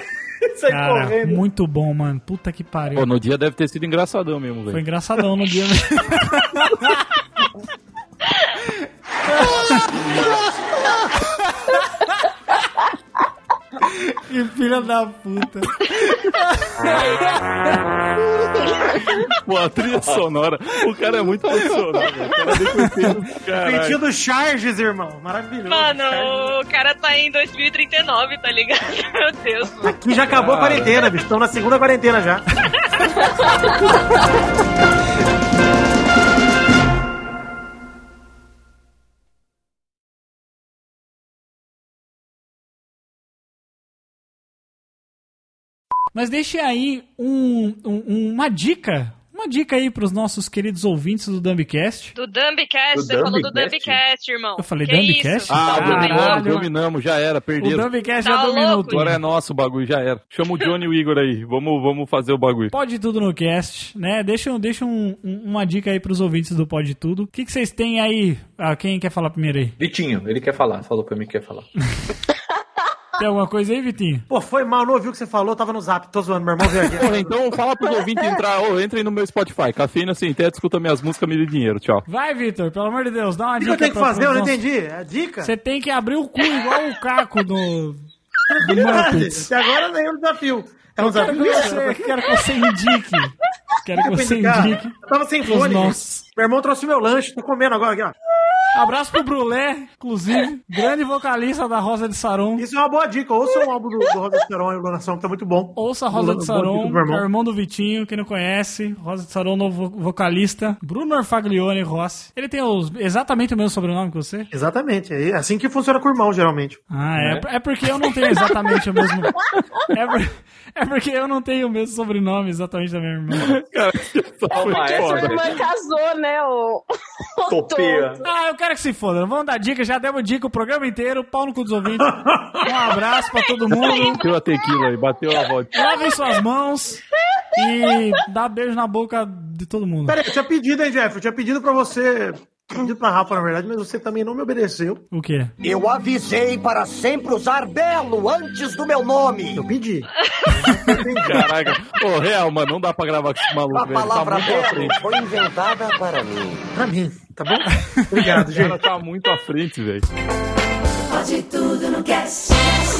Sai
Cara,
correndo.
muito bom, mano. Puta que
Pô,
pariu.
no dia deve ter sido engraçadão mesmo,
Foi
velho.
engraçadão no dia. que filha da puta.
Pô, a trilha sonora. O cara é muito profissional, velho. O cara é depois Caralho.
Sentindo Charges, irmão. Maravilhoso.
Mano, o cara tá em 2039, tá ligado? Meu Deus, mano.
Aqui já acabou a quarentena, bicho. Estamos na segunda quarentena já.
Mas deixe aí um- um- uma dica. Uma dica aí pros nossos queridos ouvintes do Dumbcast.
Do Dumbcast,
Do
você falou do
Dumbcast?
Dumbcast, irmão.
Eu falei
que é
Dumbcast?
Isso?
Ah, dominamos,
Caralho.
dominamos, já era,
O
perderam.
Dumbcast
Tá
já dominou
louco,
tudo.
Agora é nosso o bagulho, já era. Chama o Johnny e o Igor aí. Vamos, vamos fazer o bagulho.
Pode Tudo no Cast, né? Deixa, um- deixa um- um- uma dica aí pros ouvintes do Pode Tudo. O que, que vocês têm aí? Ah, quem quer falar primeiro aí?
Vitinho, ele quer falar. Falou pra mim que quer falar.
Tem alguma coisa aí, Vitinho?
Pô, foi mal, não ouviu o que você falou, tava no zap. Tô zoando, meu irmão veio aqui.
Porra, então fala pros ouvintes entrar. Ô, entrem no meu Spotify. Cafeína sem teto, escuta minhas músicas, me dê dinheiro. Tchau.
Vai, Vitor, pelo amor de Deus, dá uma
O que
dica.
eu tenho que
pra-
fazer? Eu não
nossa,
entendi. É dica?
Você tem que abrir o cu igual o caco do, do Muppets.
Até agora nenhum desafio. É um
Quero
desafio.
que, você, quero que você indique. Quero que
Eu
você
indicar.
indique.
Eu tava sem
Os
fone.
nossos.
Meu irmão trouxe meu lanche, tô comendo agora aqui, ó.
Abraço pro Brulé, inclusive, grande vocalista da Rosa de Saron.
Isso é uma boa dica. Ouça um álbum do, do Rosa Saron e Lunação, que tá muito bom.
Ouça a Rosa de
Boa dica
Saron,
do meu
é
irmão.
o irmão do Vitinho, quem não conhece. Rosa de Saron, novo vo- vocalista. Bruno Orfaglione Rossi. Ele tem os- exatamente o mesmo sobrenome que você?
Exatamente. É assim que funciona com o irmão, geralmente.
Ah, é, é porque eu não tenho exatamente o mesmo. É, por- é porque eu não tenho o mesmo sobrenome exatamente da minha irmã.
Ó, o
É
Porque sua
maestro.
Tipo, irmã casou, né, ô? ô
Topeia.
tonto.
Ah, eu quero que se foda. Vamos dar dica, já demos dica o programa inteiro. Pau no cu dos ouvintes. Um abraço pra todo mundo.
Bateu a tequila aí, bateu a vodka.
Lavem suas mãos e dá beijo na boca de todo mundo.
Peraí, eu tinha pedido, hein, Jeff? Eu tinha pedido pra você. Pedido pra Rafa, na verdade, mas você também não me obedeceu.
O quê?
Eu avisei para sempre usar Belo antes do meu nome.
Eu pedi.
Caraca. Ô, real, mano, não dá pra gravar com esse maluco,
A
velho. Ele Tá
palavra
muito à
Belo
frente.
foi inventada para mim.
Pra mim, tá bom? Obrigado,
O
gente.
cara tá muito à frente, velho.
Pode tudo no cast.